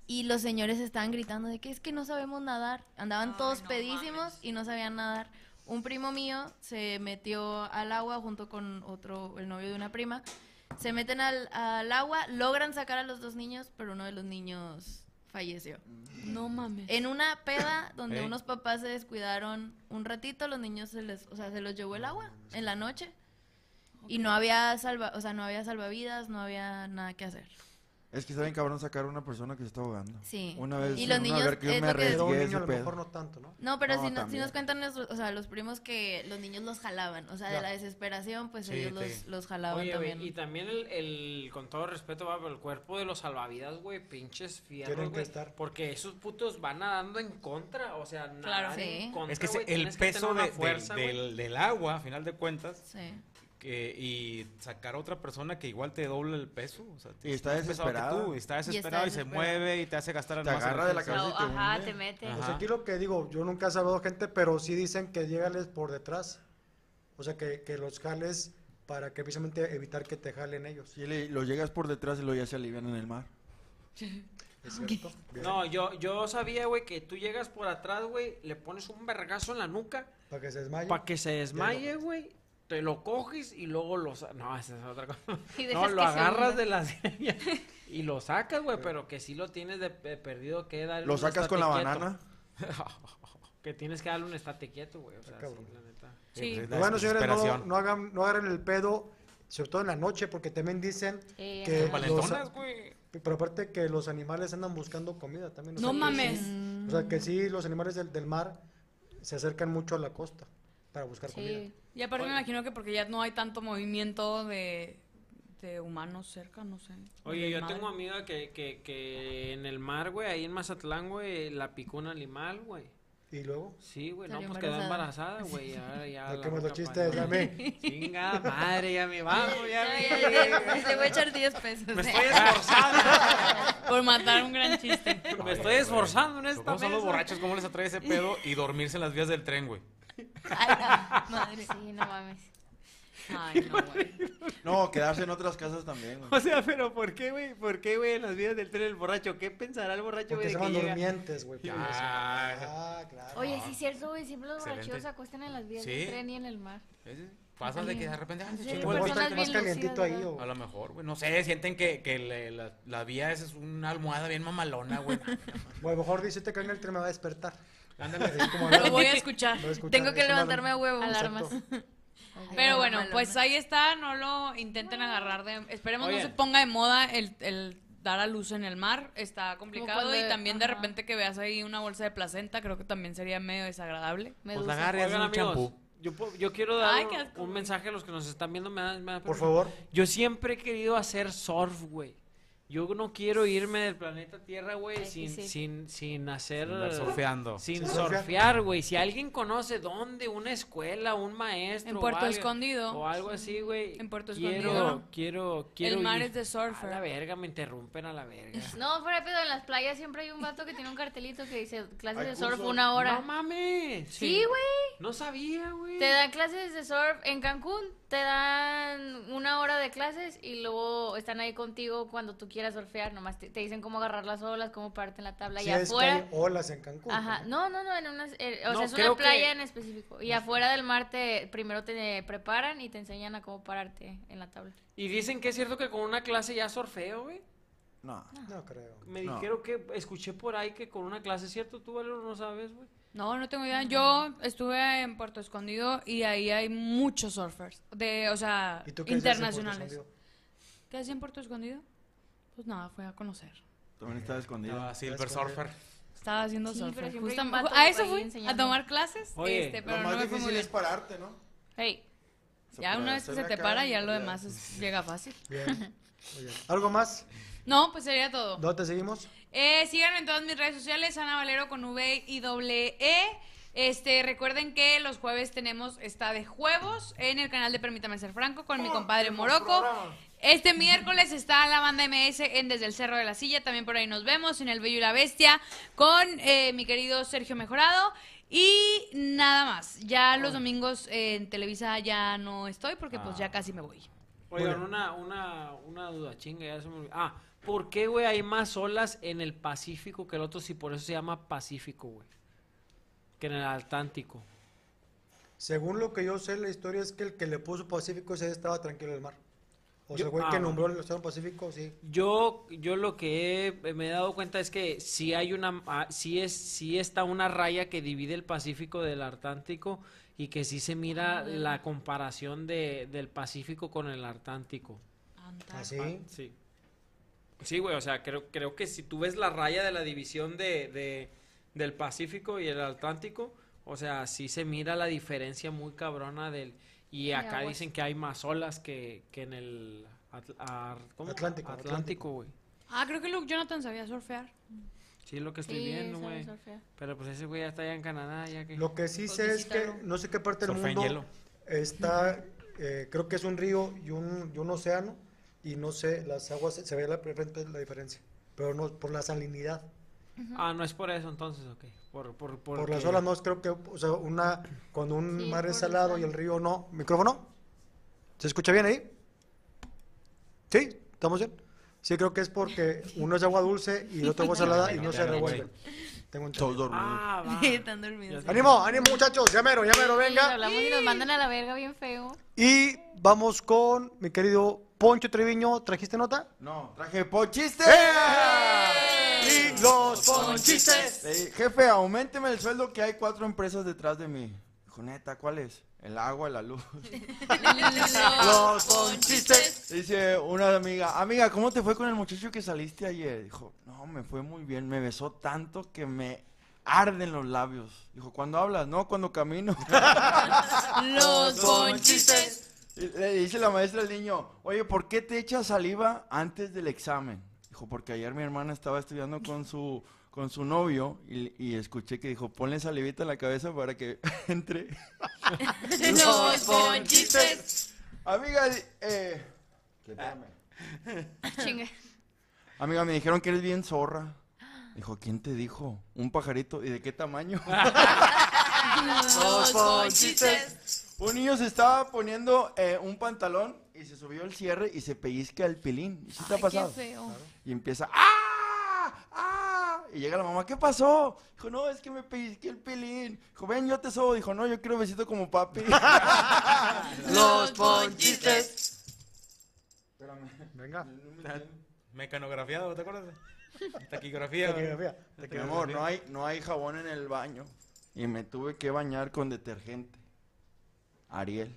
[SPEAKER 7] y los señores estaban gritando de que es que no sabemos nadar. Andaban
[SPEAKER 4] Ay,
[SPEAKER 7] todos
[SPEAKER 4] no
[SPEAKER 7] pedísimos
[SPEAKER 4] mames.
[SPEAKER 7] y no sabían nadar. Un primo mío se metió al agua junto con otro, el novio de una prima. Se meten al, al agua, logran sacar a los dos niños, pero uno de los niños falleció.
[SPEAKER 6] Mm.
[SPEAKER 4] No mames.
[SPEAKER 7] En una peda donde
[SPEAKER 9] Ey.
[SPEAKER 7] unos papás se descuidaron un ratito, los niños se les, o sea, se los
[SPEAKER 6] Ah,
[SPEAKER 7] llevó el agua en la noche. Y no había salva, o sea, no había salvavidas, no había nada que hacer.
[SPEAKER 6] Es que saben cabrón sacar a una persona que se está ahogando.
[SPEAKER 7] Sí.
[SPEAKER 6] Una vez
[SPEAKER 7] Y
[SPEAKER 6] en
[SPEAKER 7] los
[SPEAKER 6] una
[SPEAKER 7] niños,
[SPEAKER 6] alberca yo
[SPEAKER 7] es
[SPEAKER 6] me
[SPEAKER 7] lo que-
[SPEAKER 3] Pero un
[SPEAKER 6] arriesgué a
[SPEAKER 3] niño
[SPEAKER 6] ese
[SPEAKER 3] a lo mejor
[SPEAKER 6] pedo.
[SPEAKER 3] no tanto, ¿no?
[SPEAKER 7] No, pero
[SPEAKER 6] No,
[SPEAKER 7] si, no- si
[SPEAKER 6] también.
[SPEAKER 7] nos cuentan nuestros, o sea, los primos que los niños los jalaban, o sea, de
[SPEAKER 3] Ya.
[SPEAKER 7] la desesperación, pues
[SPEAKER 9] Sí,
[SPEAKER 7] ellos
[SPEAKER 9] sí.
[SPEAKER 7] los, los jalaban
[SPEAKER 5] Oye, güey,
[SPEAKER 7] también.
[SPEAKER 5] y también el, el- con todo respeto, va, pero el cuerpo de los salvavidas, güey, pinches fierros,
[SPEAKER 3] Tienen que
[SPEAKER 5] güey,
[SPEAKER 3] estar.
[SPEAKER 5] Porque esos putos van nadando en contra, o sea, nadar
[SPEAKER 4] Claro.
[SPEAKER 7] Sí.
[SPEAKER 5] en contra,
[SPEAKER 9] Es que
[SPEAKER 5] Ah, güey,
[SPEAKER 9] se- el
[SPEAKER 5] tienes que
[SPEAKER 9] peso
[SPEAKER 5] tener una
[SPEAKER 9] de-
[SPEAKER 5] fuerza,
[SPEAKER 9] del,
[SPEAKER 5] güey.
[SPEAKER 9] del- del agua, a final de cuentas,
[SPEAKER 7] Sí.
[SPEAKER 9] que- y sacar a otra persona que igual te dobla el peso. O sea,
[SPEAKER 6] Y está
[SPEAKER 9] es más pesado que
[SPEAKER 6] desesperado.
[SPEAKER 9] tú, y está
[SPEAKER 7] está
[SPEAKER 9] desesperado y, se
[SPEAKER 7] desesperado.
[SPEAKER 9] mueve y te hace gastar
[SPEAKER 6] Te agarra de la
[SPEAKER 9] energía.
[SPEAKER 6] cabeza.
[SPEAKER 8] No,
[SPEAKER 6] te
[SPEAKER 8] ajá,
[SPEAKER 6] hunde.
[SPEAKER 8] te mete.
[SPEAKER 9] Ajá.
[SPEAKER 3] Pues aquí lo que digo, yo nunca he salvado gente, pero sí dicen que llegales por detrás. O sea, que, que los jales para que precisamente evitar que te jalen ellos.
[SPEAKER 6] Sí, le- lo llegas por detrás y lo ya se alivian en el mar.
[SPEAKER 3] ¿Es cierto? Bien.
[SPEAKER 5] No, yo, yo sabía, güey, que tú llegas por atrás, güey, le pones un vergazo en la nuca
[SPEAKER 3] Para que se desmaye.
[SPEAKER 5] para que se desmaye,
[SPEAKER 3] Ya lo-
[SPEAKER 5] güey. Te lo coges y luego lo sa- No, esa es otra cosa.
[SPEAKER 8] Y dejas
[SPEAKER 5] No,
[SPEAKER 8] que
[SPEAKER 5] lo
[SPEAKER 8] se
[SPEAKER 5] agarras
[SPEAKER 8] hunda.
[SPEAKER 5] de las y lo sacas, güey, pero que si lo tienes de, de perdido que dar
[SPEAKER 6] Lo
[SPEAKER 5] un
[SPEAKER 6] sacas con la
[SPEAKER 5] estate quieto.
[SPEAKER 6] banana.
[SPEAKER 5] Que tienes que darle un estate quieto, güey. O sea,
[SPEAKER 3] cabrón.
[SPEAKER 5] sí, la neta.
[SPEAKER 4] Sí.
[SPEAKER 9] pues,
[SPEAKER 3] Pero bueno, señores, no,
[SPEAKER 9] desesperación.
[SPEAKER 3] no hagan, no agarren el pedo, sobre todo en la noche, porque también dicen
[SPEAKER 8] Eh,
[SPEAKER 3] que.
[SPEAKER 8] ajá.
[SPEAKER 3] los-
[SPEAKER 9] Valentonas, güey.
[SPEAKER 3] pero aparte que los animales andan buscando comida también. o
[SPEAKER 4] No
[SPEAKER 3] sea, que
[SPEAKER 4] mames.
[SPEAKER 3] sí. O sea, que sí, los animales del, del mar se acercan mucho a la costa para buscar comida.
[SPEAKER 8] Sí.
[SPEAKER 4] Y aparte me imagino que porque ya no hay tanto movimiento de, de humanos cerca, no sé.
[SPEAKER 5] Oye,
[SPEAKER 4] de
[SPEAKER 5] yo
[SPEAKER 4] madre.
[SPEAKER 5] tengo amiga que, que, que en el mar, güey, ahí en Mazatlán, güey, la picó un animal, güey.
[SPEAKER 3] Y luego,
[SPEAKER 5] Sí, güey, no,
[SPEAKER 7] Salió
[SPEAKER 5] pues quedó
[SPEAKER 7] embarazada.
[SPEAKER 5] embarazada, güey. Ahora ya.
[SPEAKER 3] ¿de
[SPEAKER 5] la
[SPEAKER 3] qué me lo
[SPEAKER 5] roca
[SPEAKER 3] chistes?
[SPEAKER 5] para-
[SPEAKER 3] Dame.
[SPEAKER 5] Chinga madre, ya me vamos, ya
[SPEAKER 7] Ya,
[SPEAKER 5] me.
[SPEAKER 7] ya, ya, ya, Le voy a echar 10 pesos. ¿eh?
[SPEAKER 5] Me estoy esforzando.
[SPEAKER 4] Por matar un gran chiste.
[SPEAKER 5] Me estoy esforzando en esta
[SPEAKER 9] ¿Cómo son los
[SPEAKER 5] mesa.
[SPEAKER 9] borrachos? ¿Cómo les atrae ese pedo y dormirse en las vías del tren, güey?
[SPEAKER 7] Ay, no, madre.
[SPEAKER 8] Sí, no mames.
[SPEAKER 4] Ay, no, güey.
[SPEAKER 6] No, quedarse en otras casas también,
[SPEAKER 5] O
[SPEAKER 6] güey.
[SPEAKER 5] sea, pero ¿por qué, güey? ¿Por qué, güey, en las vidas del tren el borracho? ¿Qué pensará el borracho,
[SPEAKER 3] Porque
[SPEAKER 5] güey,
[SPEAKER 3] se
[SPEAKER 5] de que
[SPEAKER 3] llaman
[SPEAKER 5] llega?
[SPEAKER 3] durmientes, güey. por eso.
[SPEAKER 9] Ah,
[SPEAKER 3] Ah, claro.
[SPEAKER 8] Oye, sí es cierto, güey. Siempre los
[SPEAKER 9] Excelente.
[SPEAKER 8] borrachos se acuestan en las vías
[SPEAKER 9] Sí.
[SPEAKER 8] del tren y en el mar.
[SPEAKER 9] ese- Pasas de que de repente. ay, se
[SPEAKER 8] Sí,
[SPEAKER 9] chingó el
[SPEAKER 3] Luego
[SPEAKER 8] personas
[SPEAKER 9] bote.
[SPEAKER 3] está
[SPEAKER 8] bien
[SPEAKER 3] más
[SPEAKER 8] lucidas,
[SPEAKER 3] calientito ahí,
[SPEAKER 8] ¿verdad?
[SPEAKER 3] o-
[SPEAKER 9] A lo mejor, güey. No sé, sienten que, que le- la, la vía esa es una almohada bien mamalona, güey.
[SPEAKER 3] o a lo mejor dice que en el tren me va a despertar.
[SPEAKER 9] Ándale.
[SPEAKER 3] Así como
[SPEAKER 4] Lo voy a escuchar.
[SPEAKER 3] voy a escuchar,
[SPEAKER 7] Tengo que
[SPEAKER 3] es una-
[SPEAKER 7] levantarme a huevo.
[SPEAKER 3] Exacto.
[SPEAKER 4] Pero bueno,
[SPEAKER 7] Malona.
[SPEAKER 4] pues ahí está, no lo intenten agarrar de... Esperemos
[SPEAKER 5] Oye.
[SPEAKER 4] no se ponga de moda el, el dar a luz en el mar, está complicado
[SPEAKER 8] cuando-
[SPEAKER 4] y también de
[SPEAKER 8] ajá.
[SPEAKER 4] repente que veas ahí una bolsa de placenta, creo que también sería medio desagradable.
[SPEAKER 8] Me
[SPEAKER 9] Pues la agarres
[SPEAKER 5] Oigan,
[SPEAKER 9] un
[SPEAKER 5] amigos,
[SPEAKER 9] champú.
[SPEAKER 5] yo, puedo- yo quiero dar
[SPEAKER 4] Ay,
[SPEAKER 5] un-
[SPEAKER 4] qué asco,
[SPEAKER 5] un
[SPEAKER 4] güey.
[SPEAKER 5] mensaje a los que nos están viendo. me da- me da
[SPEAKER 3] Por
[SPEAKER 5] permiso?
[SPEAKER 3] favor.
[SPEAKER 5] Yo siempre he querido hacer surf, güey. Yo no quiero irme del planeta Tierra, güey,
[SPEAKER 8] Ay,
[SPEAKER 5] sin,
[SPEAKER 8] sí.
[SPEAKER 5] sin, sin hacer...
[SPEAKER 9] Andar surfeando.
[SPEAKER 5] Sin
[SPEAKER 3] Sin
[SPEAKER 5] surfear,
[SPEAKER 3] surfear.
[SPEAKER 5] güey. Si alguien conoce dónde, una escuela, un maestro...
[SPEAKER 4] En
[SPEAKER 5] o
[SPEAKER 4] Puerto
[SPEAKER 5] algo-
[SPEAKER 4] Escondido.
[SPEAKER 5] O algo así, güey.
[SPEAKER 4] En Puerto
[SPEAKER 5] quiero,
[SPEAKER 4] Escondido.
[SPEAKER 5] Quiero, quiero
[SPEAKER 4] el mar
[SPEAKER 5] ir.
[SPEAKER 4] es de
[SPEAKER 5] A la
[SPEAKER 4] surfer.
[SPEAKER 5] verga, me interrumpen a la verga.
[SPEAKER 8] No, fuera de pedo, en las playas siempre hay un vato que tiene un cartelito que dice clases
[SPEAKER 6] Hay
[SPEAKER 8] de surf
[SPEAKER 6] cursos.
[SPEAKER 8] una hora.
[SPEAKER 5] No mames.
[SPEAKER 8] sí, güey.
[SPEAKER 5] No sabía, güey.
[SPEAKER 8] Te dan clases de surf en Cancún, te dan una hora de clases y luego están ahí contigo cuando tú quieras surfear, nomás te, te dicen cómo agarrar las olas, cómo pararte en la tabla
[SPEAKER 3] Si
[SPEAKER 8] y
[SPEAKER 3] es que
[SPEAKER 8] afuera.
[SPEAKER 3] hay olas en Cancún.
[SPEAKER 8] Ajá,
[SPEAKER 3] ¿no?
[SPEAKER 8] no, no, no, en unas, eh, o
[SPEAKER 5] No,
[SPEAKER 8] sea, es
[SPEAKER 5] creo
[SPEAKER 8] una
[SPEAKER 5] que-
[SPEAKER 8] playa en específico. Y afuera del mar te, primero te preparan y te enseñan a cómo pararte en la tabla.
[SPEAKER 5] Y dicen que es cierto que con una clase ya surfeo, güey.
[SPEAKER 6] No.
[SPEAKER 3] No creo.
[SPEAKER 5] Me
[SPEAKER 6] No.
[SPEAKER 5] dijeron que escuché por ahí que con una clase, ¿cierto? Tú, Valero, no sabes, güey.
[SPEAKER 4] No, no tengo idea. Yo estuve en Puerto Escondido y ahí hay muchos surfers, de, o sea,
[SPEAKER 3] ¿Y tú qué hacías en Puerto
[SPEAKER 4] internacionales.
[SPEAKER 3] Escondido?
[SPEAKER 4] ¿Qué hacía en Puerto Escondido? Pues nada, fue a conocer.
[SPEAKER 6] También estaba escondido.
[SPEAKER 9] Ah, Silver Surfer.
[SPEAKER 4] Estaba haciendo
[SPEAKER 8] Sí,
[SPEAKER 4] surfer.
[SPEAKER 8] pero siempre hay un
[SPEAKER 4] justam-
[SPEAKER 8] vato
[SPEAKER 4] a eso
[SPEAKER 8] ahí
[SPEAKER 4] fui, a
[SPEAKER 8] enseñando.
[SPEAKER 4] tomar clases,
[SPEAKER 5] Oye,
[SPEAKER 4] este,
[SPEAKER 5] lo
[SPEAKER 4] pero no me fue muy bien.
[SPEAKER 6] pararte, ¿no?
[SPEAKER 4] Hey,
[SPEAKER 6] O sea,
[SPEAKER 4] ya
[SPEAKER 6] para
[SPEAKER 4] una vez que se
[SPEAKER 6] hacerle
[SPEAKER 4] te
[SPEAKER 6] acá
[SPEAKER 4] para,
[SPEAKER 6] y
[SPEAKER 4] ya lo
[SPEAKER 6] ya.
[SPEAKER 4] demás es- llega fácil.
[SPEAKER 3] Bien. muy bien. ¿Algo más?
[SPEAKER 4] No, pues sería todo.
[SPEAKER 3] ¿Dónde te seguimos?
[SPEAKER 4] Eh, síganme en todas mis redes sociales, Ana Valero con V y doble E. Este, recuerden que los jueves tenemos esta de juegos en el canal de Permítame Ser Franco con mi compadre Morocco. Este miércoles está la banda MS en Desde el Cerro de la Silla, también por ahí nos vemos en El Bello y la Bestia con eh, mi querido Sergio Mejorado. Y nada más, ya los domingos en Televisa ya no estoy porque pues ya casi me voy.
[SPEAKER 5] Oigan, una, una, una duda, chinga, ya se me olvidó. Ah, ¿por qué, güey, hay más olas en el Pacífico que el otro si por eso se llama Pacífico, güey? Que en el Atlántico.
[SPEAKER 3] Según lo que yo sé, la historia es que el que le puso Pacífico se estaba tranquilo en el mar. O
[SPEAKER 5] Yo-
[SPEAKER 3] sea, el güey
[SPEAKER 5] ah,
[SPEAKER 3] que
[SPEAKER 5] bueno.
[SPEAKER 3] nombró el océano Pacífico, sí.
[SPEAKER 5] Yo, yo lo que he- me he dado cuenta es que si hay una, ah, sí es, sí está una raya que divide el Pacífico del Atlántico y que sí se mira la comparación de, del Pacífico con el Atlántico.
[SPEAKER 3] Así.
[SPEAKER 5] Ah, Sí. Sí, güey, o sea, creo, creo que si tú ves la raya de la división de, de- del Pacífico y el Atlántico, o sea, sí se mira la diferencia muy cabrona del... Y acá
[SPEAKER 8] aguas.
[SPEAKER 5] dicen que hay más olas que, que en el... Atl- ar- ¿cómo?
[SPEAKER 3] Atlántico,
[SPEAKER 5] Atlántico,
[SPEAKER 3] Atlántico.
[SPEAKER 5] güey.
[SPEAKER 4] Ah, creo que Luke Jonathan sabía surfear.
[SPEAKER 5] Sí, es lo que estoy
[SPEAKER 8] Sí,
[SPEAKER 5] viendo,
[SPEAKER 8] sabe
[SPEAKER 5] güey.
[SPEAKER 8] surfear.
[SPEAKER 5] Pero pues ese güey ya está allá en Canadá, ya que...
[SPEAKER 3] Lo que sí
[SPEAKER 8] Pues
[SPEAKER 3] sé es que no sé qué parte del
[SPEAKER 9] Surfea en
[SPEAKER 3] mundo
[SPEAKER 9] hielo.
[SPEAKER 3] está, eh, creo que es un río y un, y un océano, y no sé, las aguas, se ve la, la diferencia, pero no por la salinidad.
[SPEAKER 5] Ah, no es por eso entonces, ok. Por, por,
[SPEAKER 3] Por
[SPEAKER 5] porque-
[SPEAKER 3] las olas no, creo que, o sea, una, cuando un
[SPEAKER 8] Sí,
[SPEAKER 3] mar
[SPEAKER 8] por
[SPEAKER 3] es
[SPEAKER 8] el
[SPEAKER 3] salado y el río no. ¿Micrófono? ¿Se escucha bien ahí? ¿Sí? ¿Estamos bien? Sí, creo que es porque uno es agua dulce y el otro agua salada y no se revuelven. Tengo un
[SPEAKER 6] Todos dormidos.
[SPEAKER 5] Ah, va.
[SPEAKER 7] Están dormidos.
[SPEAKER 3] ¡Ánimo, ánimo muchachos! ¡Llamero, llamero,
[SPEAKER 8] Sí, lo
[SPEAKER 3] venga!
[SPEAKER 8] hablamos y nos mandan a la verga bien feo.
[SPEAKER 3] Y vamos con mi querido Poncho Treviño. ¿Trajiste nota? ¡Eh!
[SPEAKER 6] No, traje pochiste.
[SPEAKER 3] Y los ponchistes.
[SPEAKER 6] Le dije, jefe, aumenteme el sueldo que hay cuatro empresas detrás de mí. Dijo, neta, ¿cuál es? El agua, la luz.
[SPEAKER 3] Los ponchistes.
[SPEAKER 6] Dice una amiga, amiga, ¿cómo te fue con el muchacho que saliste ayer? Dijo, no, me fue muy bien, me besó tanto que me arden los labios. Dijo, ¿cuándo hablas? No, cuando camino.
[SPEAKER 4] Los
[SPEAKER 6] ponchistes. Y Le dice la maestra al niño, oye, ¿por qué te echas saliva antes del examen? Dijo, porque ayer mi hermana estaba estudiando con su con su novio y, y escuché que dijo, ponle salivita en la cabeza para que entre.
[SPEAKER 4] Los ponchites.
[SPEAKER 6] Amiga, eh,
[SPEAKER 8] Chingue.
[SPEAKER 6] amiga, me dijeron que eres bien zorra. Dijo, ¿quién te dijo? ¿Un pajarito? ¿Y de qué tamaño?
[SPEAKER 4] Los ponchites.
[SPEAKER 6] Un niño se estaba poniendo eh, un pantalón y se subió el cierre y se pellizca el pilín. ¿Y sí te ha pasado? Y empieza, ¡ah! ¡ah! Y llega la mamá, ¿qué pasó? Dijo, no, es que me pellizqué el pilín. Dijo, ven, yo te sobo. Dijo, no, yo quiero besito como papi.
[SPEAKER 4] Los ponchites.
[SPEAKER 6] Espérame.
[SPEAKER 3] Venga.
[SPEAKER 9] Mecanografiado, ¿te acuerdas? Taquigrafía.
[SPEAKER 3] Te quiero, mira, te
[SPEAKER 6] Mi
[SPEAKER 3] quiero.
[SPEAKER 6] amor, no hay, no hay jabón en el baño. Y me tuve que bañar con detergente. Ariel.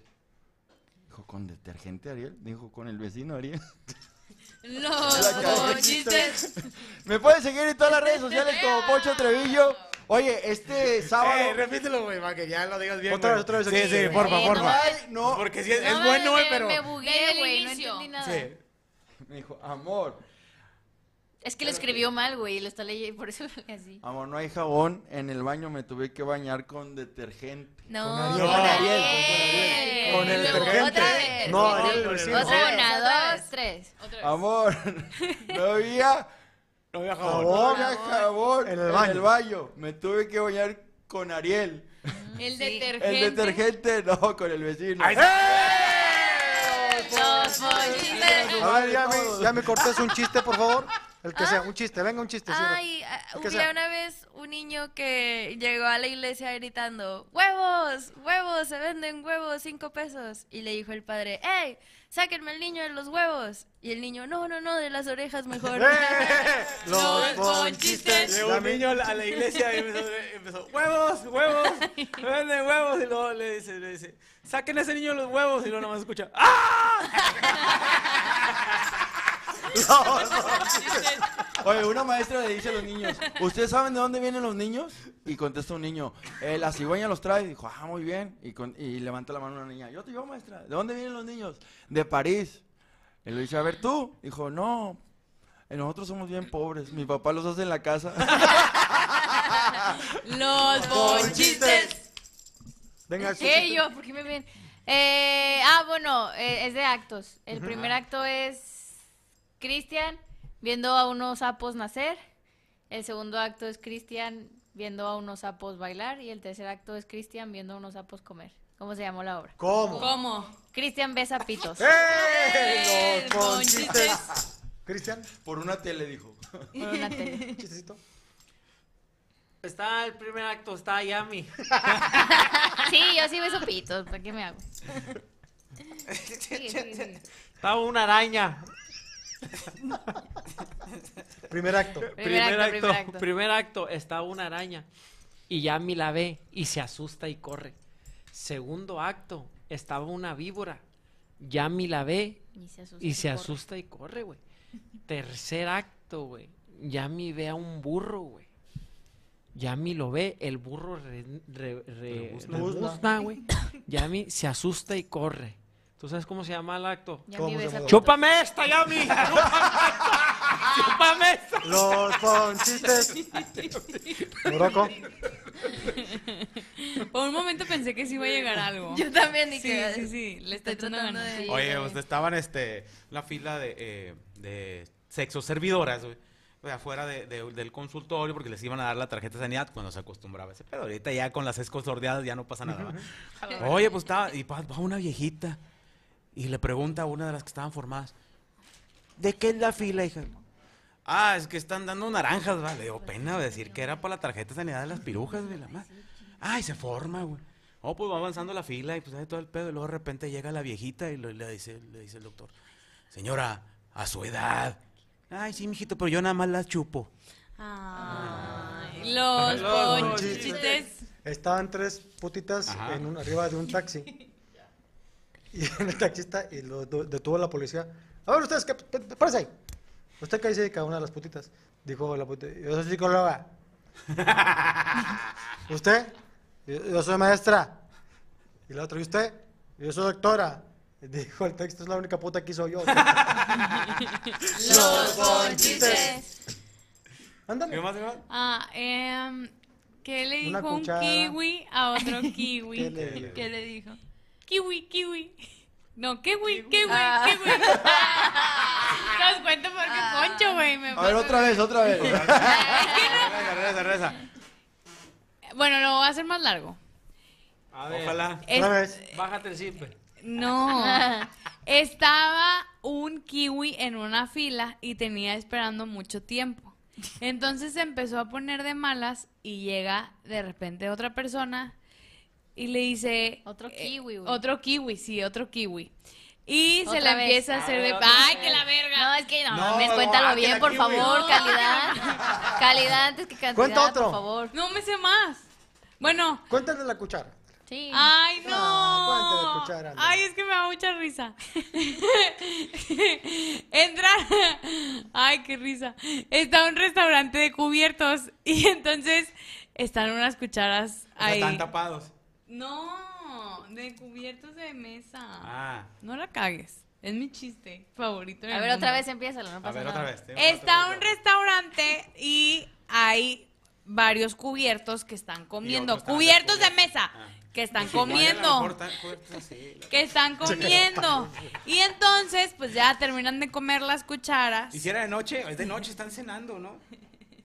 [SPEAKER 6] Dijo, ¿con detergente, Ariel? Dijo, con el vecino, Ariel.
[SPEAKER 4] Los ponchites.
[SPEAKER 6] Me pueden seguir en todas las redes sociales como Pocho Trevillo. Oye, este sábado...
[SPEAKER 9] Eh, repítelo, güey, para que ya lo digas bien.
[SPEAKER 3] Otra
[SPEAKER 9] güey.
[SPEAKER 3] vez, otra vez,
[SPEAKER 9] Sí,
[SPEAKER 3] aquí.
[SPEAKER 9] sí, porfa,
[SPEAKER 8] Sí,
[SPEAKER 9] porfa.
[SPEAKER 6] Ay, no.
[SPEAKER 9] Porque sí, es,
[SPEAKER 8] Eh, No,
[SPEAKER 9] es
[SPEAKER 8] me-
[SPEAKER 9] bueno, güey,
[SPEAKER 8] me-
[SPEAKER 9] pero.
[SPEAKER 8] Me bugué,
[SPEAKER 4] Del
[SPEAKER 8] güey, no
[SPEAKER 4] inicio.
[SPEAKER 8] entendí nada.
[SPEAKER 9] Sí.
[SPEAKER 6] Me dijo, amor,
[SPEAKER 8] Es que lo escribió mal, güey, lo está leyendo, por eso así.
[SPEAKER 3] Ah,
[SPEAKER 6] amor, no hay jabón. En el baño me tuve que bañar con detergente.
[SPEAKER 8] No,
[SPEAKER 3] Ariel,
[SPEAKER 8] con
[SPEAKER 3] con
[SPEAKER 8] Ariel.
[SPEAKER 3] Ariel, con el
[SPEAKER 8] Eh, Luego,
[SPEAKER 3] detergente.
[SPEAKER 8] Otra vez.
[SPEAKER 3] No, Ariel, el vecino.
[SPEAKER 8] Otra vez,
[SPEAKER 9] Otra
[SPEAKER 8] una, dos, tres.
[SPEAKER 6] Amor, no había
[SPEAKER 9] No había jabón.
[SPEAKER 6] no
[SPEAKER 3] Jabón.
[SPEAKER 6] había jabón
[SPEAKER 3] En el baño.
[SPEAKER 6] Me tuve que bañar con Ariel.
[SPEAKER 4] El
[SPEAKER 6] El
[SPEAKER 4] detergente.
[SPEAKER 6] detergente, no, con el vecino. ¡Eh!
[SPEAKER 9] Ay,
[SPEAKER 8] Los mochiles.
[SPEAKER 3] A ver, ya
[SPEAKER 6] Ay,
[SPEAKER 3] me,
[SPEAKER 6] todos.
[SPEAKER 3] ya me cortes un chiste, por favor. El que sea, un chiste, venga, un chiste. sí,
[SPEAKER 7] Ay, ah,
[SPEAKER 3] ¿Qué
[SPEAKER 7] hubiera
[SPEAKER 3] sea?
[SPEAKER 7] una vez un niño que llegó a la iglesia gritando, huevos, huevos, se venden huevos, cinco pesos. Y le dijo el padre, hey, sáquenme al niño de los huevos. Y el niño, no, no, no, de las orejas mejor.
[SPEAKER 3] ¡Eh!
[SPEAKER 4] Los ponchites.
[SPEAKER 9] Llegó un niño a la, a la iglesia y empezó, empezó, huevos, huevos, me venden huevos. Y luego le dice, le dice, saquen a ese niño los huevos. Y luego nomás escucha, ¡ah!
[SPEAKER 6] Oye, una maestra le dice a los niños, ¿ustedes saben de dónde vienen los niños? Y contesta un niño, "Eh, la cigüeña los trae. Dijo, ah, muy bien. Y, con- y levanta la mano una niña, yo te digo, maestra, ¿de dónde vienen los niños? De París. Y le dice, a ver, tú. Dijo, no, eh, nosotros somos bien pobres, mi papá los hace en la casa.
[SPEAKER 4] Los ponchites.
[SPEAKER 3] Venga, el
[SPEAKER 8] Eh,
[SPEAKER 3] chiste.
[SPEAKER 8] yo, ¿por qué me ven? Eh, ah, bueno, eh, es de actos. El primer acto es Cristian viendo a unos sapos nacer. El segundo acto es Cristian viendo a unos sapos bailar. Y el tercer acto es Cristian viendo a unos sapos comer. ¿Cómo se llamó la obra?
[SPEAKER 3] ¿Cómo?
[SPEAKER 4] ¿Cómo?
[SPEAKER 8] Cristian besa pitos.
[SPEAKER 3] ¡Eh!
[SPEAKER 4] Los
[SPEAKER 3] Los
[SPEAKER 4] ponchites.
[SPEAKER 3] ponchites. Cristian,
[SPEAKER 6] Por una tele, dijo.
[SPEAKER 8] por una tele.
[SPEAKER 3] un chistecito.
[SPEAKER 5] Está el primer acto, está Yami.
[SPEAKER 8] Sí, yo sí beso pitos. ¿Para qué me hago? Sigue, sigue, sigue.
[SPEAKER 5] Estaba una araña.
[SPEAKER 3] Primer acto.
[SPEAKER 8] Primer acto, primer acto.
[SPEAKER 5] primer acto, está una araña. Y Yami la ve y se asusta y corre. Segundo acto, estaba una víbora. Yami la ve
[SPEAKER 8] Y se asusta.
[SPEAKER 5] y se
[SPEAKER 8] corre.
[SPEAKER 5] asusta y corre, güey. Tercer acto, güey. Yami ve a un burro, güey. Yami lo ve, el burro re, re- re- rebuzna, güey. Yami se asusta y corre. ¿Tú sabes cómo se llama el acto?
[SPEAKER 8] Ya
[SPEAKER 3] ¿Cómo
[SPEAKER 8] mi
[SPEAKER 3] se
[SPEAKER 8] besa
[SPEAKER 3] llama?
[SPEAKER 8] pitos.
[SPEAKER 5] ¡Chúpame esta, Yami! ¡Chúpame esta!
[SPEAKER 3] Los ponchites. Moroco.
[SPEAKER 4] Por un momento pensé que sí iba a llegar algo.
[SPEAKER 7] Yo también
[SPEAKER 4] Sí,
[SPEAKER 7] dije,
[SPEAKER 4] sí, sí. Le está
[SPEAKER 7] estoy
[SPEAKER 4] echando
[SPEAKER 7] tratando
[SPEAKER 4] ganas.
[SPEAKER 7] de-
[SPEAKER 9] Oye, pues, estaban este, la fila de, eh, de sexo servidoras, güey. güey, afuera de- de- del consultorio porque les iban a dar la tarjeta de sanidad cuando se acostumbraba ese pedo. Ahorita ya con las escos sordeadas ya no pasa nada. ¿va? Oye, pues estaba, y pa- va una viejita y le pregunta a una de las que estaban formadas, ¿de qué es la fila, hija? Ah, es que están dando naranjas, ¿va? Le dio pena decir que era para la tarjeta de sanidad de las pirujas, güey, la madre. Ay, se forma, güey. Oh, pues va avanzando la fila y pues ahí todo el pedo. Y luego de repente llega la viejita y lo- le, dice, le dice el doctor, señora, a su edad. Ay, sí, mijito, pero yo nada más las chupo.
[SPEAKER 4] Ay, Los ponchites.
[SPEAKER 3] Estaban tres putitas
[SPEAKER 9] Ajá.
[SPEAKER 3] en un, arriba de un taxi. Y el taxista y lo do- detuvo la policía. A ver, ustedes, que, p- p- párese ahí. ¿Usted qué dice de cada una de las putitas? Dijo la putita, yo soy psicóloga. ¿Usted? Yo, yo soy maestra. Y la otra, ¿y usted? Yo soy doctora. Dijo el texto, es la única puta que soy yo.
[SPEAKER 4] Los ponchites.
[SPEAKER 3] Ándale.
[SPEAKER 9] ¿Qué más, qué más?
[SPEAKER 4] Ah, em, ¿qué le
[SPEAKER 3] Una
[SPEAKER 4] dijo un
[SPEAKER 3] cuchara.
[SPEAKER 4] kiwi a otro
[SPEAKER 3] ¿Qué
[SPEAKER 4] kiwi?
[SPEAKER 3] le-
[SPEAKER 7] ¿Qué le dijo?
[SPEAKER 4] Kiwi, kiwi. No, kiwi, kiwi, kiwi.
[SPEAKER 7] Ah.
[SPEAKER 4] Nos cuento porque
[SPEAKER 7] Ah.
[SPEAKER 4] Poncho, güey, me
[SPEAKER 6] A ver,
[SPEAKER 4] pasa-
[SPEAKER 6] otra vez, otra vez.
[SPEAKER 9] Regresa, regresa, regresa.
[SPEAKER 4] Bueno, lo voy a hacer más largo.
[SPEAKER 5] A ver,
[SPEAKER 9] Ojalá.
[SPEAKER 4] Es-
[SPEAKER 3] Otra vez.
[SPEAKER 5] bájate el zipper.
[SPEAKER 4] No. Estaba un kiwi en una fila y tenía esperando mucho tiempo. Entonces se empezó a poner de malas y llega de repente otra persona y le dice...
[SPEAKER 8] Otro
[SPEAKER 4] eh,
[SPEAKER 8] kiwi, güey.
[SPEAKER 4] otro kiwi, sí, otro kiwi. Y se
[SPEAKER 8] Otra
[SPEAKER 4] la
[SPEAKER 8] vez.
[SPEAKER 4] empieza a hacer de...
[SPEAKER 5] otra
[SPEAKER 4] ¡Ay,
[SPEAKER 5] vez.
[SPEAKER 4] que la verga!
[SPEAKER 8] No, es que no,
[SPEAKER 3] No,
[SPEAKER 8] mames,
[SPEAKER 3] no,
[SPEAKER 8] cuéntalo
[SPEAKER 3] ah, que
[SPEAKER 8] bien,
[SPEAKER 3] la
[SPEAKER 8] por
[SPEAKER 3] kiwi.
[SPEAKER 8] favor,
[SPEAKER 4] No.
[SPEAKER 8] calidad. Calidad antes que cantidad,
[SPEAKER 3] Cuenta otro.
[SPEAKER 8] por favor.
[SPEAKER 4] No me sé más. Bueno,
[SPEAKER 3] Cuéntale la cuchara.
[SPEAKER 8] Sí.
[SPEAKER 4] Ay, no.
[SPEAKER 3] Ah, cuéntale, cuchara, anda.
[SPEAKER 4] Ay, es que me da mucha risa. Entra. Ay, qué risa. Está un restaurante de cubiertos y entonces están unas cucharas
[SPEAKER 9] O sea,
[SPEAKER 4] ahí.
[SPEAKER 9] están tapados.
[SPEAKER 4] No, de cubiertos de mesa.
[SPEAKER 9] Ah.
[SPEAKER 4] No la cagues. Es mi chiste favorito. en
[SPEAKER 8] A
[SPEAKER 4] el
[SPEAKER 8] ver, otra
[SPEAKER 4] mundo.
[SPEAKER 8] vez empiézalo, no
[SPEAKER 9] A
[SPEAKER 8] pasa
[SPEAKER 9] ver,
[SPEAKER 8] nada.
[SPEAKER 9] otra vez.
[SPEAKER 4] Está un
[SPEAKER 9] resto
[SPEAKER 4] restaurante y hay varios cubiertos que están comiendo.
[SPEAKER 9] otros están
[SPEAKER 4] Cubiertos de
[SPEAKER 9] descubiertos.
[SPEAKER 4] mesa
[SPEAKER 9] Ah.
[SPEAKER 4] que están comiendo.
[SPEAKER 9] pues,
[SPEAKER 4] que están comiendo. Y entonces, pues ya terminan de comer las cucharas.
[SPEAKER 9] Hiciera de noche, es de noche, están cenando, ¿no?